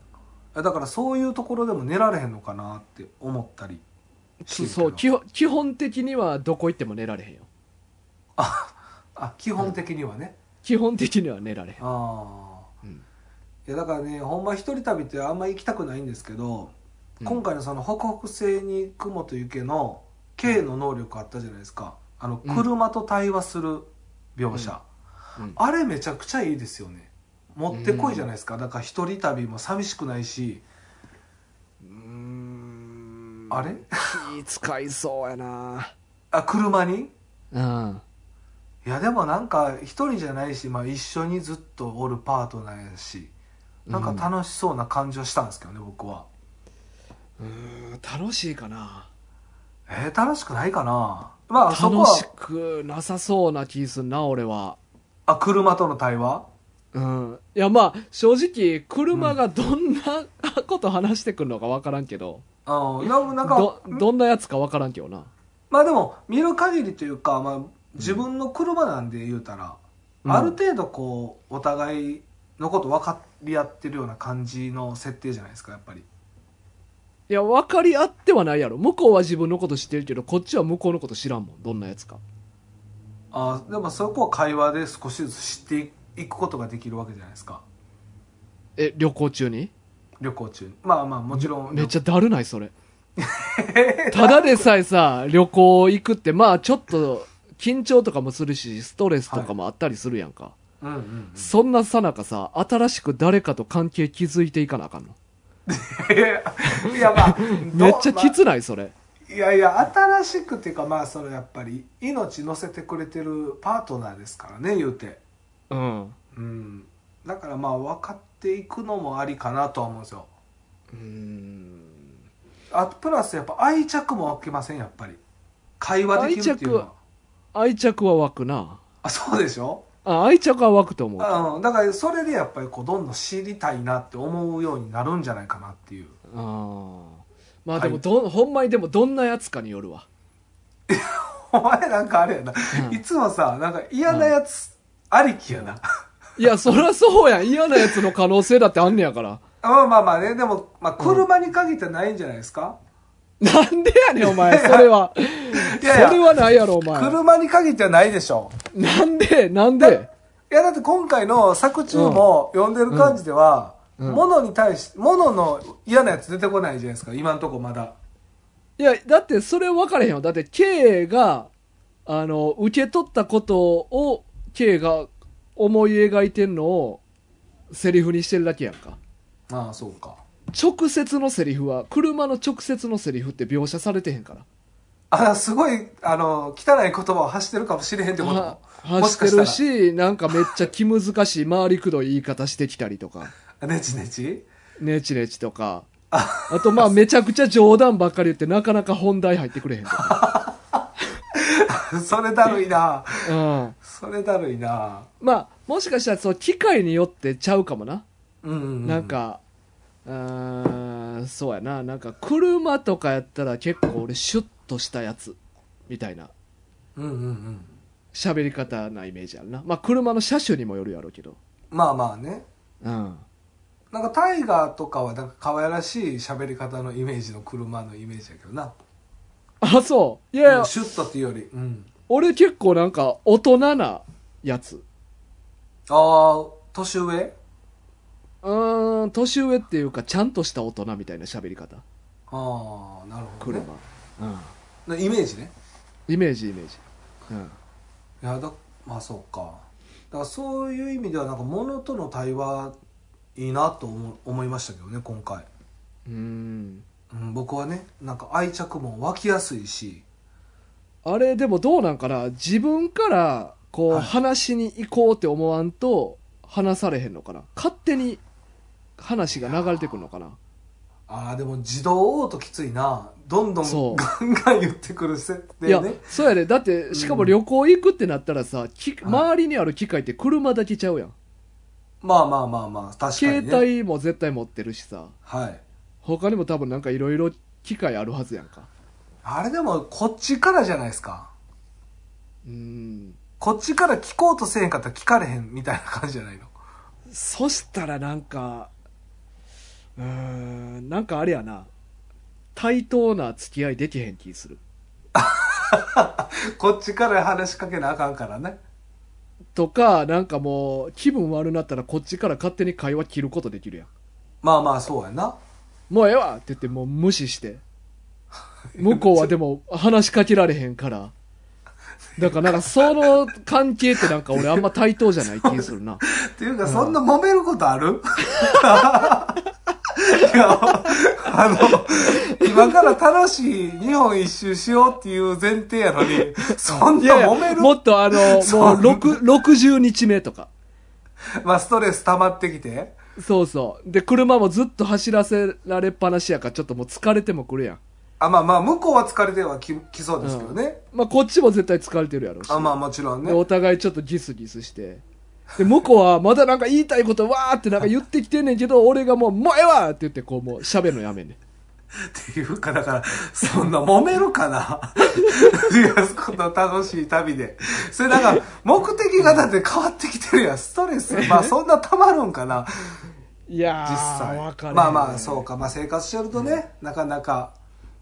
S2: やだからそういうところでも寝られへんのかなって思ったりして
S1: そ
S2: るけど
S1: そう基本基本的にはどこ行っても寝られへんよ
S2: あ基本的にはね、
S1: 基本的には寝られへん
S2: ああ、
S1: うん
S2: いやだからねほんま一人旅ってあんま行きたくないんですけど、今回のその北北西に雲と雪の K の能力あったじゃないですかあの
S1: うん
S2: 車と対話する描写、
S1: うんうん
S2: あれめちゃくちゃいいですよね持ってこいじゃないですか、だから一人旅も寂しくないし
S1: うん
S2: あれ
S1: 気使いそうやな
S2: あ車に
S1: うん
S2: いやでもなんか一人じゃないし、まあ、一緒にずっとおるパートナーやしなんか楽しそうな感じはしたんですけどね、僕は
S1: うん楽しいかな
S2: えー、楽しくないかなまあそこ
S1: 楽し
S2: は
S1: くなさそうな気すんな俺は
S2: あ車との対話
S1: うんいやまあ正直車がどんなこと話してくるのか分からんけど、
S2: うんいやなんか
S1: どどんなやつか分からんけどな
S2: まあでも見る限りというか、まあ、自分の車なんで言うたら、
S1: うん
S2: ある程度こうお互いのこと分かり合ってるような感じの設定じゃないですかやっぱり
S1: いや分かり合ってはないやろ向こうは自分のこと知ってるけどこっちは向こうのこと知らんもんどんなやつか
S2: あーでもそこは会話で少しずつ知っていくことができるわけじゃないですか
S1: え旅行中に
S2: 旅行中にまあまあもちろん
S1: めっちゃだるないそれ ただでさえさ旅行行くってまあちょっと緊張とかもするしストレスとかもあったりするやんか、
S2: うんうんうん
S1: そんなさなかさ新しく誰かと関係築いていかなあかんの
S2: いやいやまあ
S1: めっちゃ
S2: ど
S1: きつないそれ
S2: いやいや新しくっていうかまあそのやっぱり命乗せてくれてるパートナーですからね言うて
S1: うん
S2: うんだからまあ分かっていくのもありかなとは思うんですよ
S1: うん
S2: あプラスやっぱ愛着も湧きませんやっぱり会話できるっていうの
S1: 愛
S2: は
S1: 着愛着は湧くな
S2: あそうでしょ
S1: あ愛着は湧くと思うあ
S2: あうんだからそれでやっぱりこうどんどん知りたいなって思うようになるんじゃないかなっていう
S1: あまあでもどん、ほんまにでもどんなやつかによるわ
S2: お前なんかあれやな、
S1: うん
S2: いつもさなんか嫌なやつありきやな、
S1: いや、そりゃそうやん。嫌なやつの可能性だってあんねやから。
S2: まあまあまあねでも、まあ、車に限ってないんじゃないですか、
S1: なんでやねん、お前。それは。
S2: いやいや
S1: それはないやろ、お前。
S2: 車に限ってはないでしょ
S1: なんでなん
S2: だ
S1: で
S2: いやだって今回の作中も読んでる感じでは、
S1: うんうん
S2: 物に対し物の嫌なやつ出てこないじゃないですか今んとこまだ
S1: いや、だってそれ分かれへんよ。だって、K が、あの、受け取ったことを、K が思い描いてんのを、セリフにしてるだけやんか。
S2: ああそうか
S1: 直接のセリフは、車の直接のセリフって描写されてへんから。
S2: あすごいあの汚い言葉を発してるかもしれへんってこと
S1: は
S2: もも
S1: 走
S2: しか
S1: っ
S2: してた
S1: る
S2: ら
S1: し、なんかめっちゃ気難 しい、回りくどい言い方してきたりとか。
S2: ねちねち
S1: ネチネチとか。あと、まあ、めちゃくちゃ冗談ばっかり言って、なかなか本題入ってくれへんと か。
S2: それだるいな
S1: うん。
S2: それだるいな
S1: まあ、もしかしたら、そう、機会によってちゃうかもな。
S2: うんうんうん
S1: なんか、うーん、そうやな。なんか、車とかやったら結構俺、シュッとしたやつ、みたいな
S2: うんうんうん
S1: 喋り方なイメージあるな。まあ、車の車種にもよるやろうけど。
S2: まあまあね
S1: うん。
S2: なんかタイガーとかはなんか可愛らしい喋り方のイメージの車のイメージやけどな、
S1: あ、そう。いやいや
S2: うん、シュッとっていうより、うん、
S1: 俺結構なんか、大人なやつ。
S2: ああ年上
S1: うーん、年上っていうか、ちゃんとした大人みたいな喋り方。
S2: ああなるほど、ね
S1: 車、、うん、
S2: なイメージね
S1: イメージイメージ、うん、
S2: いやだまあそうかだからそういう意味ではなんか物との対話いいなと思思いましたけどね今回、
S1: うん
S2: うん、僕はねなんか愛着も湧きやすいし
S1: あれでもどうなんかな自分からこう、
S2: はい
S1: 話しに行こうって思わんと話されへんのかな勝手に話が流れてくるのかな
S2: ああでも自動オートきついなどんどん
S1: そう
S2: ガンガン言ってくる設
S1: いや
S2: 定ね
S1: そうやでだってしかも旅行行くってなったらさ、き周りにある機械って車だけちゃうやん、
S2: まあまあまあまあ確かにね
S1: 携帯も絶対持ってるしさ
S2: はい
S1: 他にも多分なんかいろいろ機械あるはずやんか
S2: あれでもこっちからじゃないですか
S1: うん
S2: こっちから聞こうとせえへんかったら聞かれへんみたいな感じじゃないの
S1: そしたらなんか、うーん、なんかあれやな、対等な付き合いできへん気する。
S2: こっちから話しかけなあかんからね
S1: とか、なんかもう、気分悪なったらこっちから勝手に会話切ることできるやん。
S2: まあまあそうやな
S1: もうええわって言ってもう無視 して。向こうはでも話しかけられへんから。だからなんかその関係ってなんか俺あんま対等じゃない気するな。
S2: っていうか、そんな揉めることある、 いや、あの、今から楽しい日本一周しようっていう前提やのに、そん
S1: いやい
S2: な
S1: や
S2: 揉める
S1: もっとあの、も
S2: そう
S1: う6 60日目とか。
S2: まあ、ストレス溜まってきて。
S1: そうそう。で、車もずっと走らせられっぱなしやから、ちょっともう疲れてもくるやん。
S2: あ、まあまあ、向こうは疲れてはききそうですけどね。
S1: まあ、こっちも絶対疲れてるやろうし。
S2: あまあもちろん
S1: で、
S2: ね。
S1: お互いちょっとギスギスして。で、向こうはまだなんか言いたいことわーってなんか言ってきてんねんけど、俺がもう、もうええわって言って、こうもう喋るのやめんねん。
S2: っていうか、だから、そんな揉めるかないや、この楽しい旅で。それなんか、目的がだって変わってきてるやん。ストレス、まあそんな溜まるんかな。
S1: いやー、
S2: 実際
S1: わかる。
S2: まあまあそうか、まあ、生活してるとね、なかなか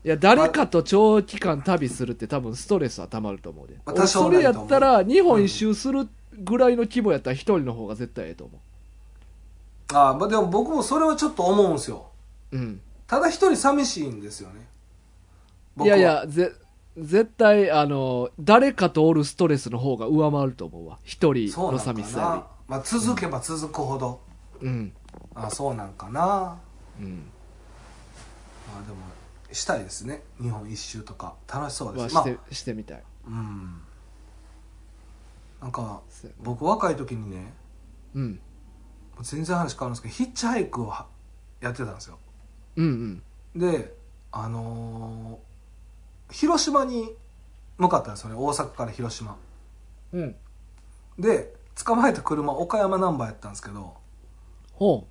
S1: いや、誰かと長期間旅するって多分ストレスはたまると思うで。
S2: まあ多少
S1: そ
S2: な
S1: れ
S2: りと
S1: や
S2: 思う
S1: ったら、日本一周するぐらいの規模やったら一人の方が絶対ええと思
S2: あー、まあ、でも僕もそれはちょっと思うんですよ
S1: う。うん。
S2: ただ一人寂しいんですよね
S1: いやいやぜ絶対あの誰かとおるストレスの方が上回ると思うわ一人
S2: そう
S1: の
S2: なんか
S1: 寂し
S2: な、
S1: さ
S2: まあ、続けば続くほど、
S1: よりうん
S2: あーそうなんかな、ま
S1: うん
S2: あ、でもしたいですね日本一周とか楽しそうで
S1: は
S2: すま
S1: し
S2: あ
S1: て,、してみたい
S2: うんなんか
S1: そうやな
S2: 僕若い時にね
S1: うん
S2: 全然話変わるんですけどヒッチハイクをはやってたんですよ
S1: うんうん
S2: であのー広島に向かったんですよね大阪から広島
S1: うん
S2: で捕まえた車岡山ナンバーやったんですけど
S1: ほ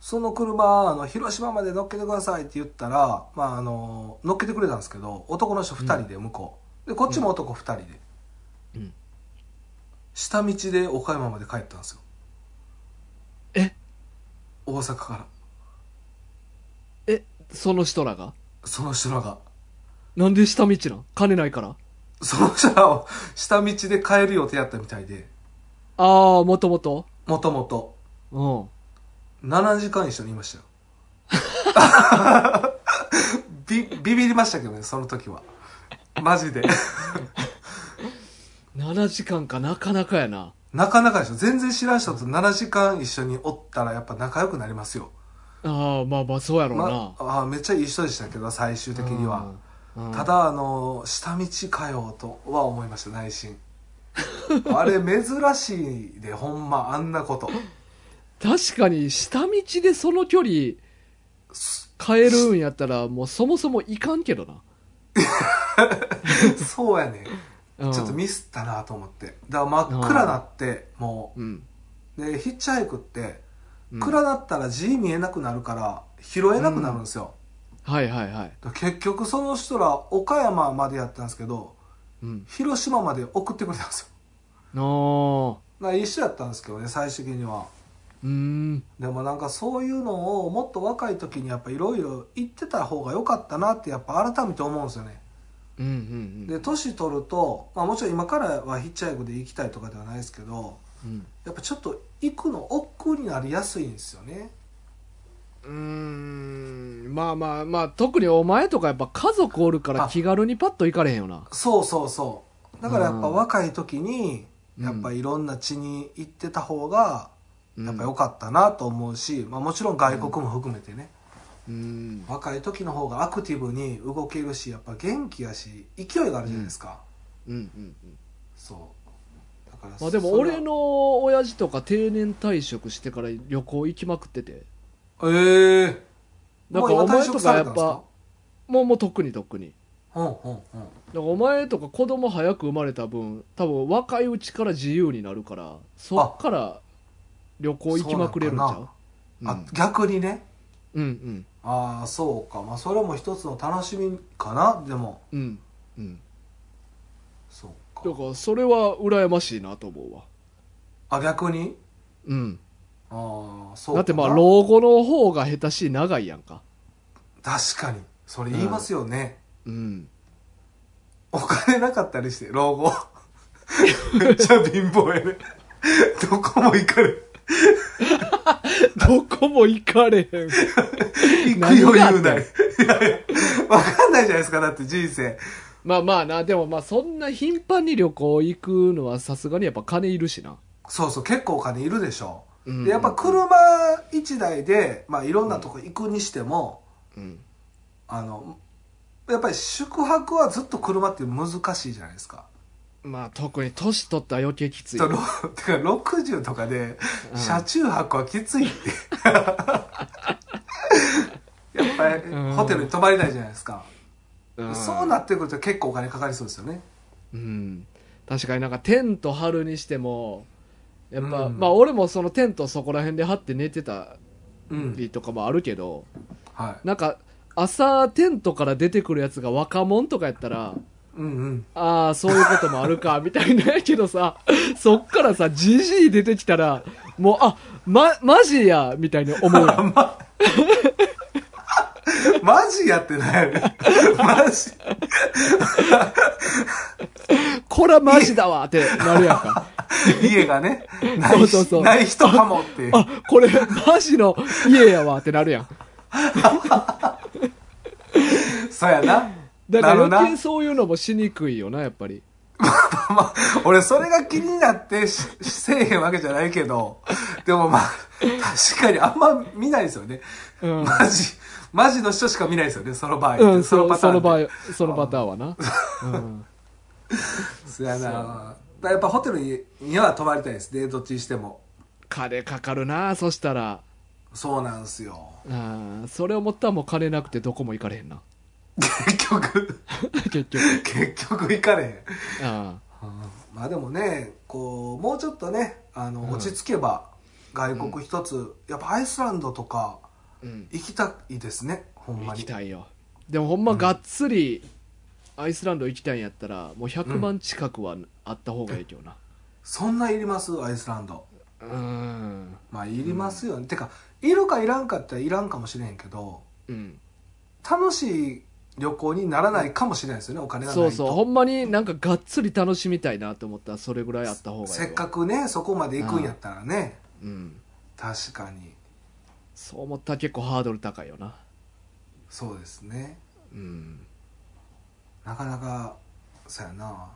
S2: その車あの広島まで乗っけてくださいって言ったら、まああのー乗っけてくれたんですけど男の人2人で向こう、でこっちも男2人で、
S1: うん
S2: 下道で岡山まで帰ったんですよ
S1: え
S2: 大阪から
S1: えその人らが
S2: その人らが
S1: なんで下道なん金ないから
S2: その人らを下道で帰る予定やったみたいで
S1: ああもともと
S2: もともと
S1: うん
S2: 7時間一緒にいました よビビビりましたけどねその時はマジで
S1: 7時間かなかなかやな
S2: なかなかでしょ全然知らん人と7時間一緒におったらやっぱ仲良くなりますよ
S1: ああまあまあそうやろうな、
S2: まあ、めっちゃいい人でしたけど最終的には、
S1: うん、うん
S2: ただあの下道かよとは思いました内心 あれ珍しいでほんまあんな こと
S1: 確かに下道でその距離帰るんやったらもうそもそもいかんけどな、
S2: そうやね
S1: うん、
S2: ちょっとミスったなと思ってだから真っ暗なっても
S1: うん、
S2: うでヒッチハイクって
S1: うん
S2: 暗なったら字見えなくなるから拾えなくなるんですよ、
S1: はいはいはい、
S2: だから結局その人ら岡山までやったんですけど
S1: うん、
S2: 広島まで送ってくれたんですよ
S1: あー
S2: だから一緒やったんですけどね最終的には
S1: うーん
S2: でもなんかそういうのをもっと若い時にやっぱいろいろ言ってた方が良かったなってやっぱ改めて思うんですよね
S1: うんうんうん
S2: で年取ると、まあ、もちろん今からはヒッチハイクで行きたいとかではないですけど
S1: うん
S2: やっぱちょっと行くの億劫になりやすいんですよね
S1: うーんまあまあまあ特にお前とかやっぱ家族おるから
S2: あ
S1: 気軽にパッと行かれへんよな
S2: そうそうそうだからやっぱ
S1: うん
S2: 若い時に
S1: うん
S2: やっぱいろんな地に行ってた方が
S1: うん
S2: やっぱ良かったなと思うし、まあ、もちろん外国も含めてね、
S1: うん
S2: 若い時の方がアクティブに動けるしやっぱ元気やし勢いがあるじゃないですか、
S1: うんうんうん
S2: そうだから
S1: まあでも
S2: それ
S1: 俺の親父とか定年退職してから旅行行きまくってて
S2: ええ
S1: なんかお前とかやっぱもうもうとっくにとっくに
S2: うんうんうん
S1: だからお前とか子供早く生まれた分多分若いうちから自由になるからそっから旅行行きまくれるんちゃううん
S2: あ逆にね
S1: うんうん
S2: ああそうかまあそれも一つの楽しみかなでも
S1: うんうん
S2: そう
S1: だ
S2: か
S1: からそれは羨ましいなと思うわ
S2: あ逆に
S1: うん
S2: ああそうかな
S1: だってまあ老後の方が下手し長いやんか
S2: 確かにそれ言いますよね、
S1: うん
S2: お金なかったりして老後めっちゃ貧乏やねどこも行かれ
S1: どこも行かれへん
S2: 行く
S1: 何
S2: よ言うな
S1: があ
S2: い
S1: っ
S2: いやいやわかんないじゃないですかだって人生
S1: まあまあなでもまあそんな頻繁に旅行行くのはさすがにやっぱ金いるしな
S2: そうそう結構お金いるでしょ
S1: うん
S2: でやっぱ車1台で、まあ、いろんなとこ行くにしても、
S1: うん
S2: あのやっぱり宿泊はずっと車って難しいじゃないですか。
S1: まあ特に年取ったら余計きつい
S2: とろてか60とかで
S1: うん
S2: 車中泊はきつい って。やっぱり
S1: うん
S2: ホテルに泊まりたいじゃないですか。
S1: うん
S2: そうなってくると結構お金かかりそうですよね。
S1: うん、確かになんかテント張るにしてもやっぱ、
S2: うん
S1: まあ俺もそのテントそこら辺で張って寝てた
S2: うん。
S1: りとかもあるけど、
S2: はい。
S1: なんか朝テントから出てくるやつが若者とかやったら
S2: うんうん。
S1: ああそういうこともある かみたいなんやけどさそっからさじじい出てきたらもうあまマジやみたいに思うやん
S2: マジやってないよね。マジ。
S1: こらマジだわってなるやんか
S2: 家がね、ない
S1: そうそうそう
S2: ない人かもっていう。
S1: あこれマジの家やわってなるやん
S2: そうやな。
S1: だから
S2: なる
S1: 余
S2: な
S1: 計そういうのもしにくいよなやっぱり
S2: まあ、俺それが気になってしせえへんわけじゃないけど、でもまあ、確かにあんま見ないですよね。
S1: うん
S2: マジ、マジの人しか見ないですよね、その場合。
S1: うん、
S2: その
S1: そ
S2: パタ
S1: そ
S2: ーンで。
S1: の場合、そのパターンは な。うん、
S2: そうやな。だからやっぱホテルにには泊まりたいですね、どっちにしても。
S1: 金かかるな、そしたら。
S2: そうなんすよ。
S1: うん、それを思ったらもう金なくてどこも行かれへんな。
S2: 結局、
S1: 結局。
S2: 結局行かれへん。
S1: うん。
S2: まあでもね、こう、もうちょっとね、あの、
S1: うん
S2: 落ち着けば、外国一つ、やっぱアイスランドとか
S1: うん。
S2: 行きたいですね、ほん
S1: 行
S2: ま
S1: き
S2: に。
S1: たいよ。でもほんまがっつり、アイスランド行きたいんやったらもう100万近くはあった方がいいけどな
S2: そんないりますアイスランド
S1: うん
S2: まあいりますよね、てかいるかいらんかっていらんかもしれへんけど
S1: うん
S2: 楽しい旅行にならないかもしれないですよねお金がない
S1: そ
S2: と
S1: うそうほんまになんかがっつり楽しみたいなと思ったらそれぐらいあった方がいいわ
S2: せっかくねそこまで行くんやったらね、
S1: うん
S2: 確かに
S1: そう思ったら結構ハードル高いよな
S2: そうですね
S1: うん
S2: なかなかそうやな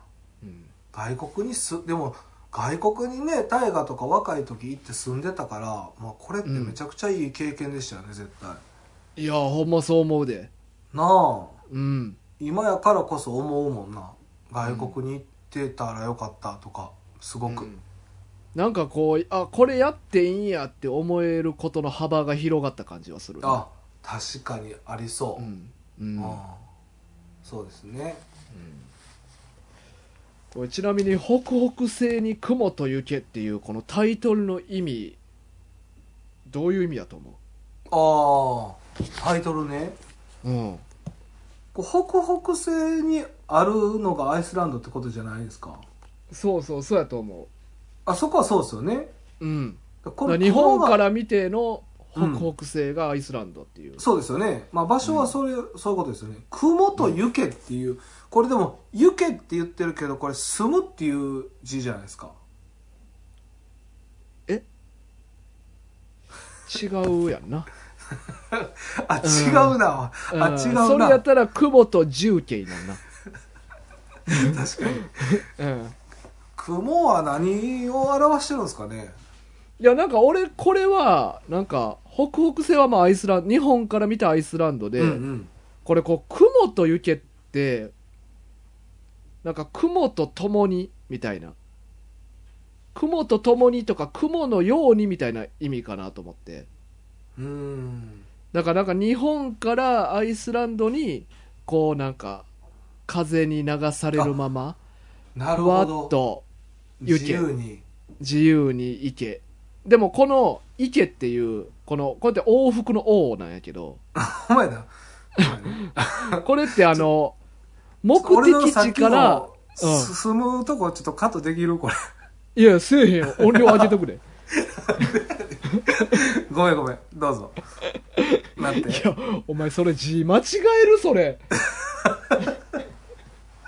S1: うん
S2: 外国にすでも外国にね大河とか若い時行って住んでたから、まあ、これってめちゃくちゃいい経験でしたよね、絶対ない
S1: やほんまそう思うで
S2: あ
S1: うん
S2: 今やからこそ思うもんな外国に行ってたらよかったとかすごく、
S1: うんなんかこうあこれやっていいんやって思えることの幅が広がった感じはするな
S2: あ確かにありそうう、
S1: んうん
S2: うんそうですね
S1: これちなみに「北北西に雲と雪」っていうこのタイトルの意味どういう意味だと思
S2: ああタイトルね
S1: ううん
S2: こう北北西にあるのがアイスランドってことじゃないですか
S1: そうそうそうやと思
S2: あそこはそうですよね
S1: ううん
S2: この
S1: 日本
S2: この
S1: から見ての北北西がアイスランドっていう、
S2: そうですよね、まあ、場所はそれ、そういうことですよね雲と湯気っていう、これでも湯気って言ってるけどこれ住むっていう字じゃないですか
S1: 違うやんな
S2: あ
S1: うん
S2: 違うな、あ
S1: ん
S2: 違う
S1: それ
S2: な
S1: やったら雲と重慶なんな
S2: 確かに
S1: うん
S2: 雲は何を表してるんですかね
S1: いやなんか俺これはなんか北北西はまあアイスランド日本から見たアイスランドで、
S2: うんうん
S1: これこう雲と雪ってなんか雲と共にみたいな雲と共にとか雲のようにみたいな意味かなと思って
S2: うーん
S1: だからなんか日本からアイスランドにこうなんか風に流されるまま
S2: なる
S1: ふわ
S2: ほ
S1: っ
S2: ど
S1: と湯気
S2: 自由に
S1: 自由に行けでもこの「行け」っていうこのこれって往復の「王なんやけ ど
S2: お前なお前ね
S1: これってあの目
S2: 俺の
S1: 的
S2: さっ
S1: 地
S2: き
S1: から
S2: のす住むとこちょっとカットできるこれ
S1: いや、せえへんよ。音量上げとく で。い
S2: ごめんごめんどう ぞ待って
S1: や、お前それ字間違えるそれ。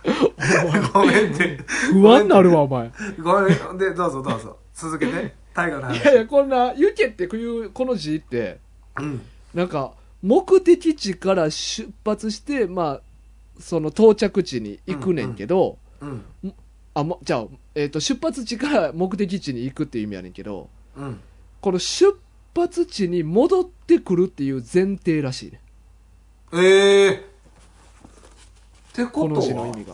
S2: ごめんって
S1: 不安になるわ、お前。
S2: ごめんでどうぞどうぞ続けて大河の
S1: い
S2: 話
S1: やいや、こんな、ゆけっていう、この字って、
S2: うん
S1: なんか、目的地から出発して、まあ、その到着地に行くねんけど、
S2: うん
S1: あ、もじゃあ、えっ、と、出発地から目的地に行くっていう意味やねんけど、
S2: うん
S1: この出発地に戻ってくるっていう前提らしいね。
S2: ええってこ
S1: ことの字の意
S2: は
S1: 味が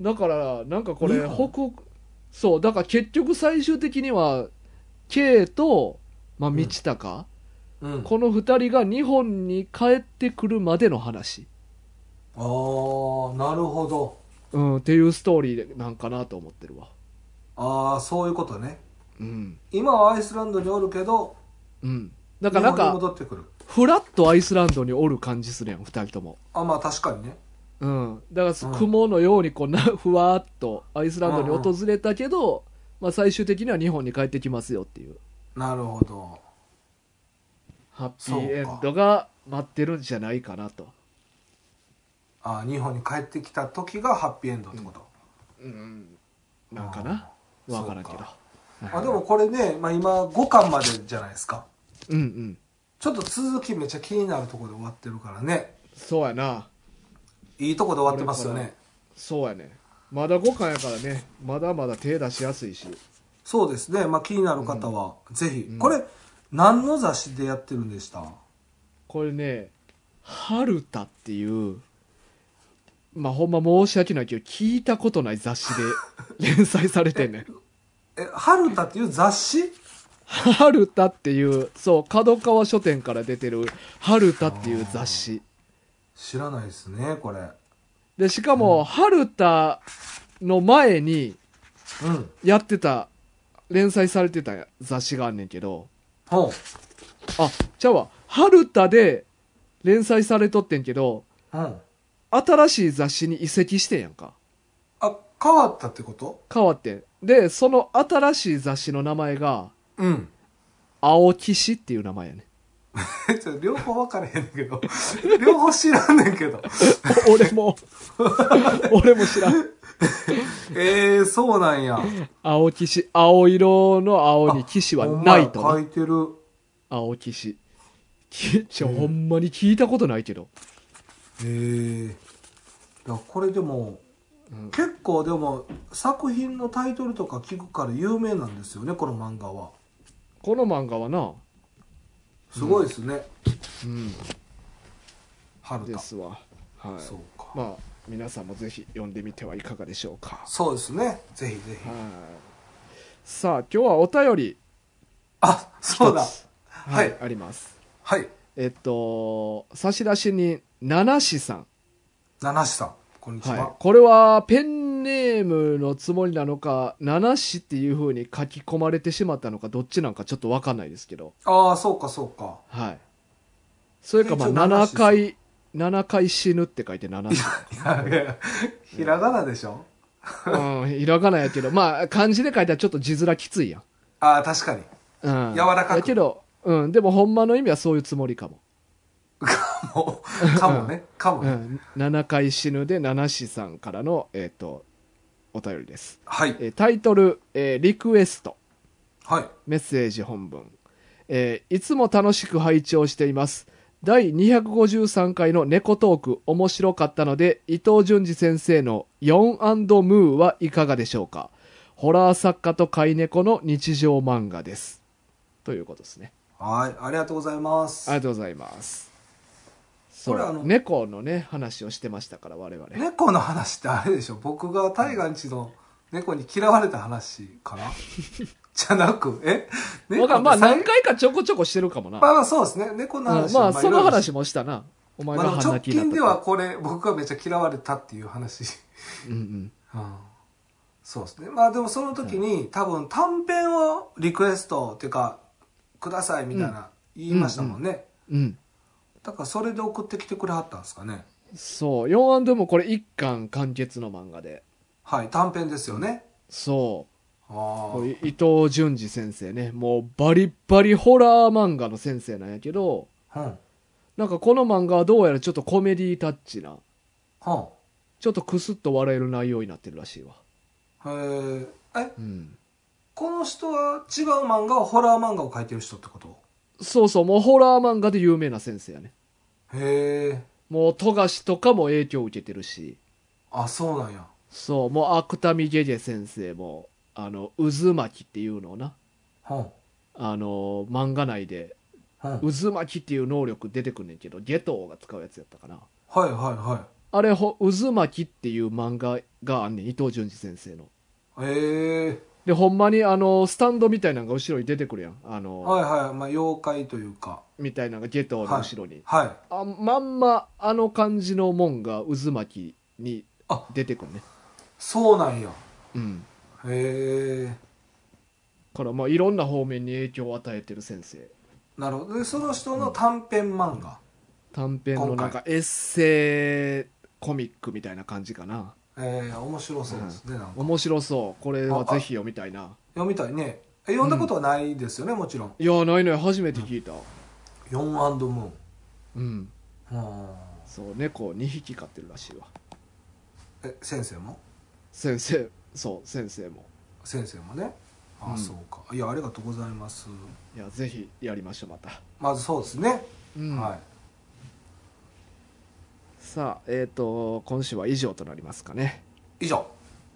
S1: だからなんかこれ
S2: 日本
S1: 北北そうだから結局最終的には K と、まあ、道高、
S2: うん
S1: この2人が日本に帰ってくるまでの話、
S2: ああなるほ
S1: う
S2: ど
S1: ん、っていうストーリーなんかなと思ってるわ
S2: ああそういうことね
S1: うん
S2: 今はアイスランドにおるけど
S1: うんだからなん
S2: 日本に
S1: か
S2: 戻ってくる
S1: フラッとアイスランドにおる感じするやん2人とも
S2: あまあ確かにね
S1: うんだからす
S2: うん
S1: 雲のようにこうなふわーっとアイスランドに訪れたけど、まあ、最終的には日本に帰ってきますよっていう
S2: なるほど
S1: ハッピーエンドが待ってるんじゃないかなと。
S2: あー日本に帰ってきた時がハッピーエンドってこと、
S1: うん。なんかな
S2: あー
S1: わからんけど
S2: そう。あでもこれね、まあ、今5巻までじゃないですか
S1: うんうん。
S2: ちょっと続きめっちゃ気になるところで終わってるからね
S1: そうやな。
S2: いいとこで終わってますよ
S1: これ
S2: ね
S1: そうやね。まだ5巻やからね。まだまだ手出しやすいし。
S2: そうですね、まあ、気になる方はぜひ、
S1: うん
S2: これ何の雑誌でやってるんでした
S1: これね、春田っていう、まあほんま申し訳ないけど、聞いたことない雑誌で 連載されてんねん。
S2: え春田っていう雑誌
S1: 春田っていう、そう、角川書店から出てる春田っていう雑誌。
S2: 知らないですねこれ
S1: で、しかも、春田の前に
S2: うん
S1: やってた、連載されてた雑誌があんねんけど、
S2: ほう
S1: あ、ちゃうわ、春田で連載されとってんけど、
S2: うん
S1: 新しい雑誌に移籍してんやんか。
S2: あ、変わったってこと
S1: 変わってん。で、その新しい雑誌の名前が、
S2: うん。
S1: 青騎士っていう名前やね。
S2: ちょっと両方分からへんねんけど。 両方知らんねんけど。
S1: お 俺も、俺も知らん。
S2: ええー、そうなんや。
S1: 青騎士、青色の青に騎士はない
S2: ほんま
S1: と
S2: や
S1: ね。
S2: 書いてる。
S1: 青騎士。きちょ、ほんまに聞いたことないけど。
S2: ええいや、これでも、
S1: うん
S2: 結構でも作品のタイトルとか聞くから有名なんですよねこの漫画は
S1: この漫画はな、
S2: すごいですね、
S1: うん、
S2: 春
S1: で
S2: 田
S1: すわ。はい。
S2: そうか、
S1: まあ皆さんもぜひ読んでみてはいかがでしょうか、
S2: そうですねぜひぜひ
S1: はいさあ今日はお便り
S2: あそうだ
S1: 一つはい、
S2: はい
S1: あります
S2: はい
S1: えっと差出人七志さん、
S2: 七志さんこんにちは、
S1: はい、これはペンネームのつもりなのか七志っていうふうに書き込まれてしまったのかどっちなんかちょっと分かんないですけど
S2: ああそうかそうか
S1: はいそれかまあ
S2: 一応七
S1: 7
S2: 志さん
S1: 回7回死ぬって書いて7志
S2: いやいやひらがなでしょ、
S1: うんひらがなやけどまあ漢字で書いたらちょっと字面きついやん
S2: ああ確かに
S1: うん、
S2: 柔らかく
S1: だけど、うん、でもほんまの意味はそういうつもりかも、
S2: も うかもねかも
S1: う
S2: ね、
S1: ん、7回死ぬで七死さんからの、えー、とお便りです、
S2: はい
S1: えータイトル、えーリクエスト
S2: はい
S1: メッセージ本文、えーいつも楽しく拝聴しています第253回の猫トーク面白かったので伊藤淳二先生の「ヨンムー」はいかがでしょうかホラー作家と飼い猫の日常漫画ですということですね
S2: はいありがとうございます
S1: ありがとうございます。そ
S2: これあの
S1: う、猫のね、話をしてましたから、我々。
S2: 猫の話ってあれでしょ僕が大ガンチの猫に嫌われた話 かなじゃなくえ
S1: わかんまあ、
S2: さい
S1: 何回かちょこちょこしてるかもな。
S2: まあまあそうですね猫の
S1: うん
S2: 話
S1: まあ、その話
S2: も
S1: もしたな。お
S2: ま
S1: 前
S2: あ
S1: が
S2: でも直
S1: 鼻気にな
S2: 近
S1: った
S2: で
S1: と
S2: はこれ僕がめっちゃ嫌われたっていう話、
S1: うんうん。
S2: うん、そうですねまあでもその時に、多分短編をリクエストっていうかくださいみたいな言いましたもんね、
S1: うん。
S2: だからそれで送ってきてくれはったんですかね
S1: そう、ヨンアンドもこれ一巻完結の漫画で。
S2: はい短編ですよね、
S1: そう。
S2: あ
S1: こ
S2: あ
S1: れ伊藤淳二先生ね。もうバリッバリホラー漫画の先生なんやけど、
S2: うんうん
S1: なんかこの漫画はどうやらちょっとコメディタッチな、ちょっとクスッと笑える内容になってるらしいわ。
S2: へーえ
S1: うん。
S2: この人は違う漫画をホラー漫画を描いてる人ってこと
S1: そうそう、もうホラー漫画で有名な先生やね。
S2: へえ
S1: もう富樫とかも影響を受けてるし
S2: あそうなんや
S1: そうもう芥見ゲゲ先生もあの渦巻きっていうのをな
S2: うん
S1: あの漫画内で
S2: うん
S1: 渦巻きっていう能力出てくんねんけどゲトウが使うやつやったかな
S2: はいはいは
S1: あれほ渦巻きっていう漫画があんねん伊藤潤二先生の
S2: いへえ
S1: でほんまにあのスタンドみたいなのが後ろに出てくるやんあの、
S2: はいはいまあ妖怪というか
S1: みたいなのがゲトウの後ろに、
S2: はい
S1: あまんまあの感じのもんが渦巻きに
S2: あ
S1: 出てくるね
S2: そうなんや
S1: うん
S2: へえ
S1: からまあいろんな方面に影響を与えてる先生
S2: なるほどでその人の短編漫画、
S1: 短編のなんかエッセイコミックみたいな感じかな
S2: えー、面白そうですね、なんか
S1: 面白そうこれはぜひ読みたいな
S2: 読みたいねえ読んだことはないですよね、もちろん
S1: いやないのよ初めて聞いた
S2: 「ヨンアンドムーン
S1: うん」
S2: うん
S1: そう猫2匹飼ってるらしいわ
S2: え先生も
S1: 先生そう先生も
S2: 先生もねあ、
S1: うん
S2: そうかいやありがとうございます
S1: いやぜひやりましょうまた、
S2: まずそうですね、
S1: うん
S2: はい
S1: さあえっ、と今週は以上となりますかね
S2: 以上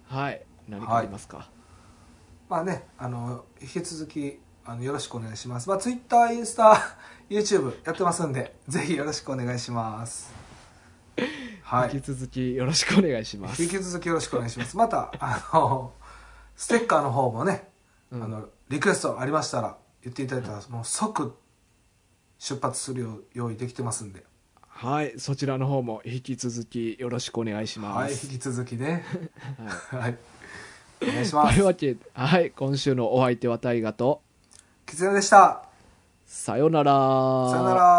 S1: はい何かありますか、
S2: まあねあの引き続きあのよろしくお願いしますまあ Twitter インスタ YouTube やってますんでぜひよろしくお願いしますはい
S1: 引き続きよろしくお願いします
S2: 引き続きよろしくお願いしますまたあのステッカーの方もね、
S1: うん
S2: あのリクエストありましたら言っていただいたら、もう即出発するよう用意できてますんで
S1: はいそちらの方も引き続きよろしくお願いしま
S2: はい
S1: す、
S2: 引き続きね
S1: はい
S2: はいお願いし
S1: と
S2: ま
S1: いう
S2: す
S1: わけで、はい、今週のお相手は大河と、
S2: キツネでした
S1: さよなら。
S2: さよなら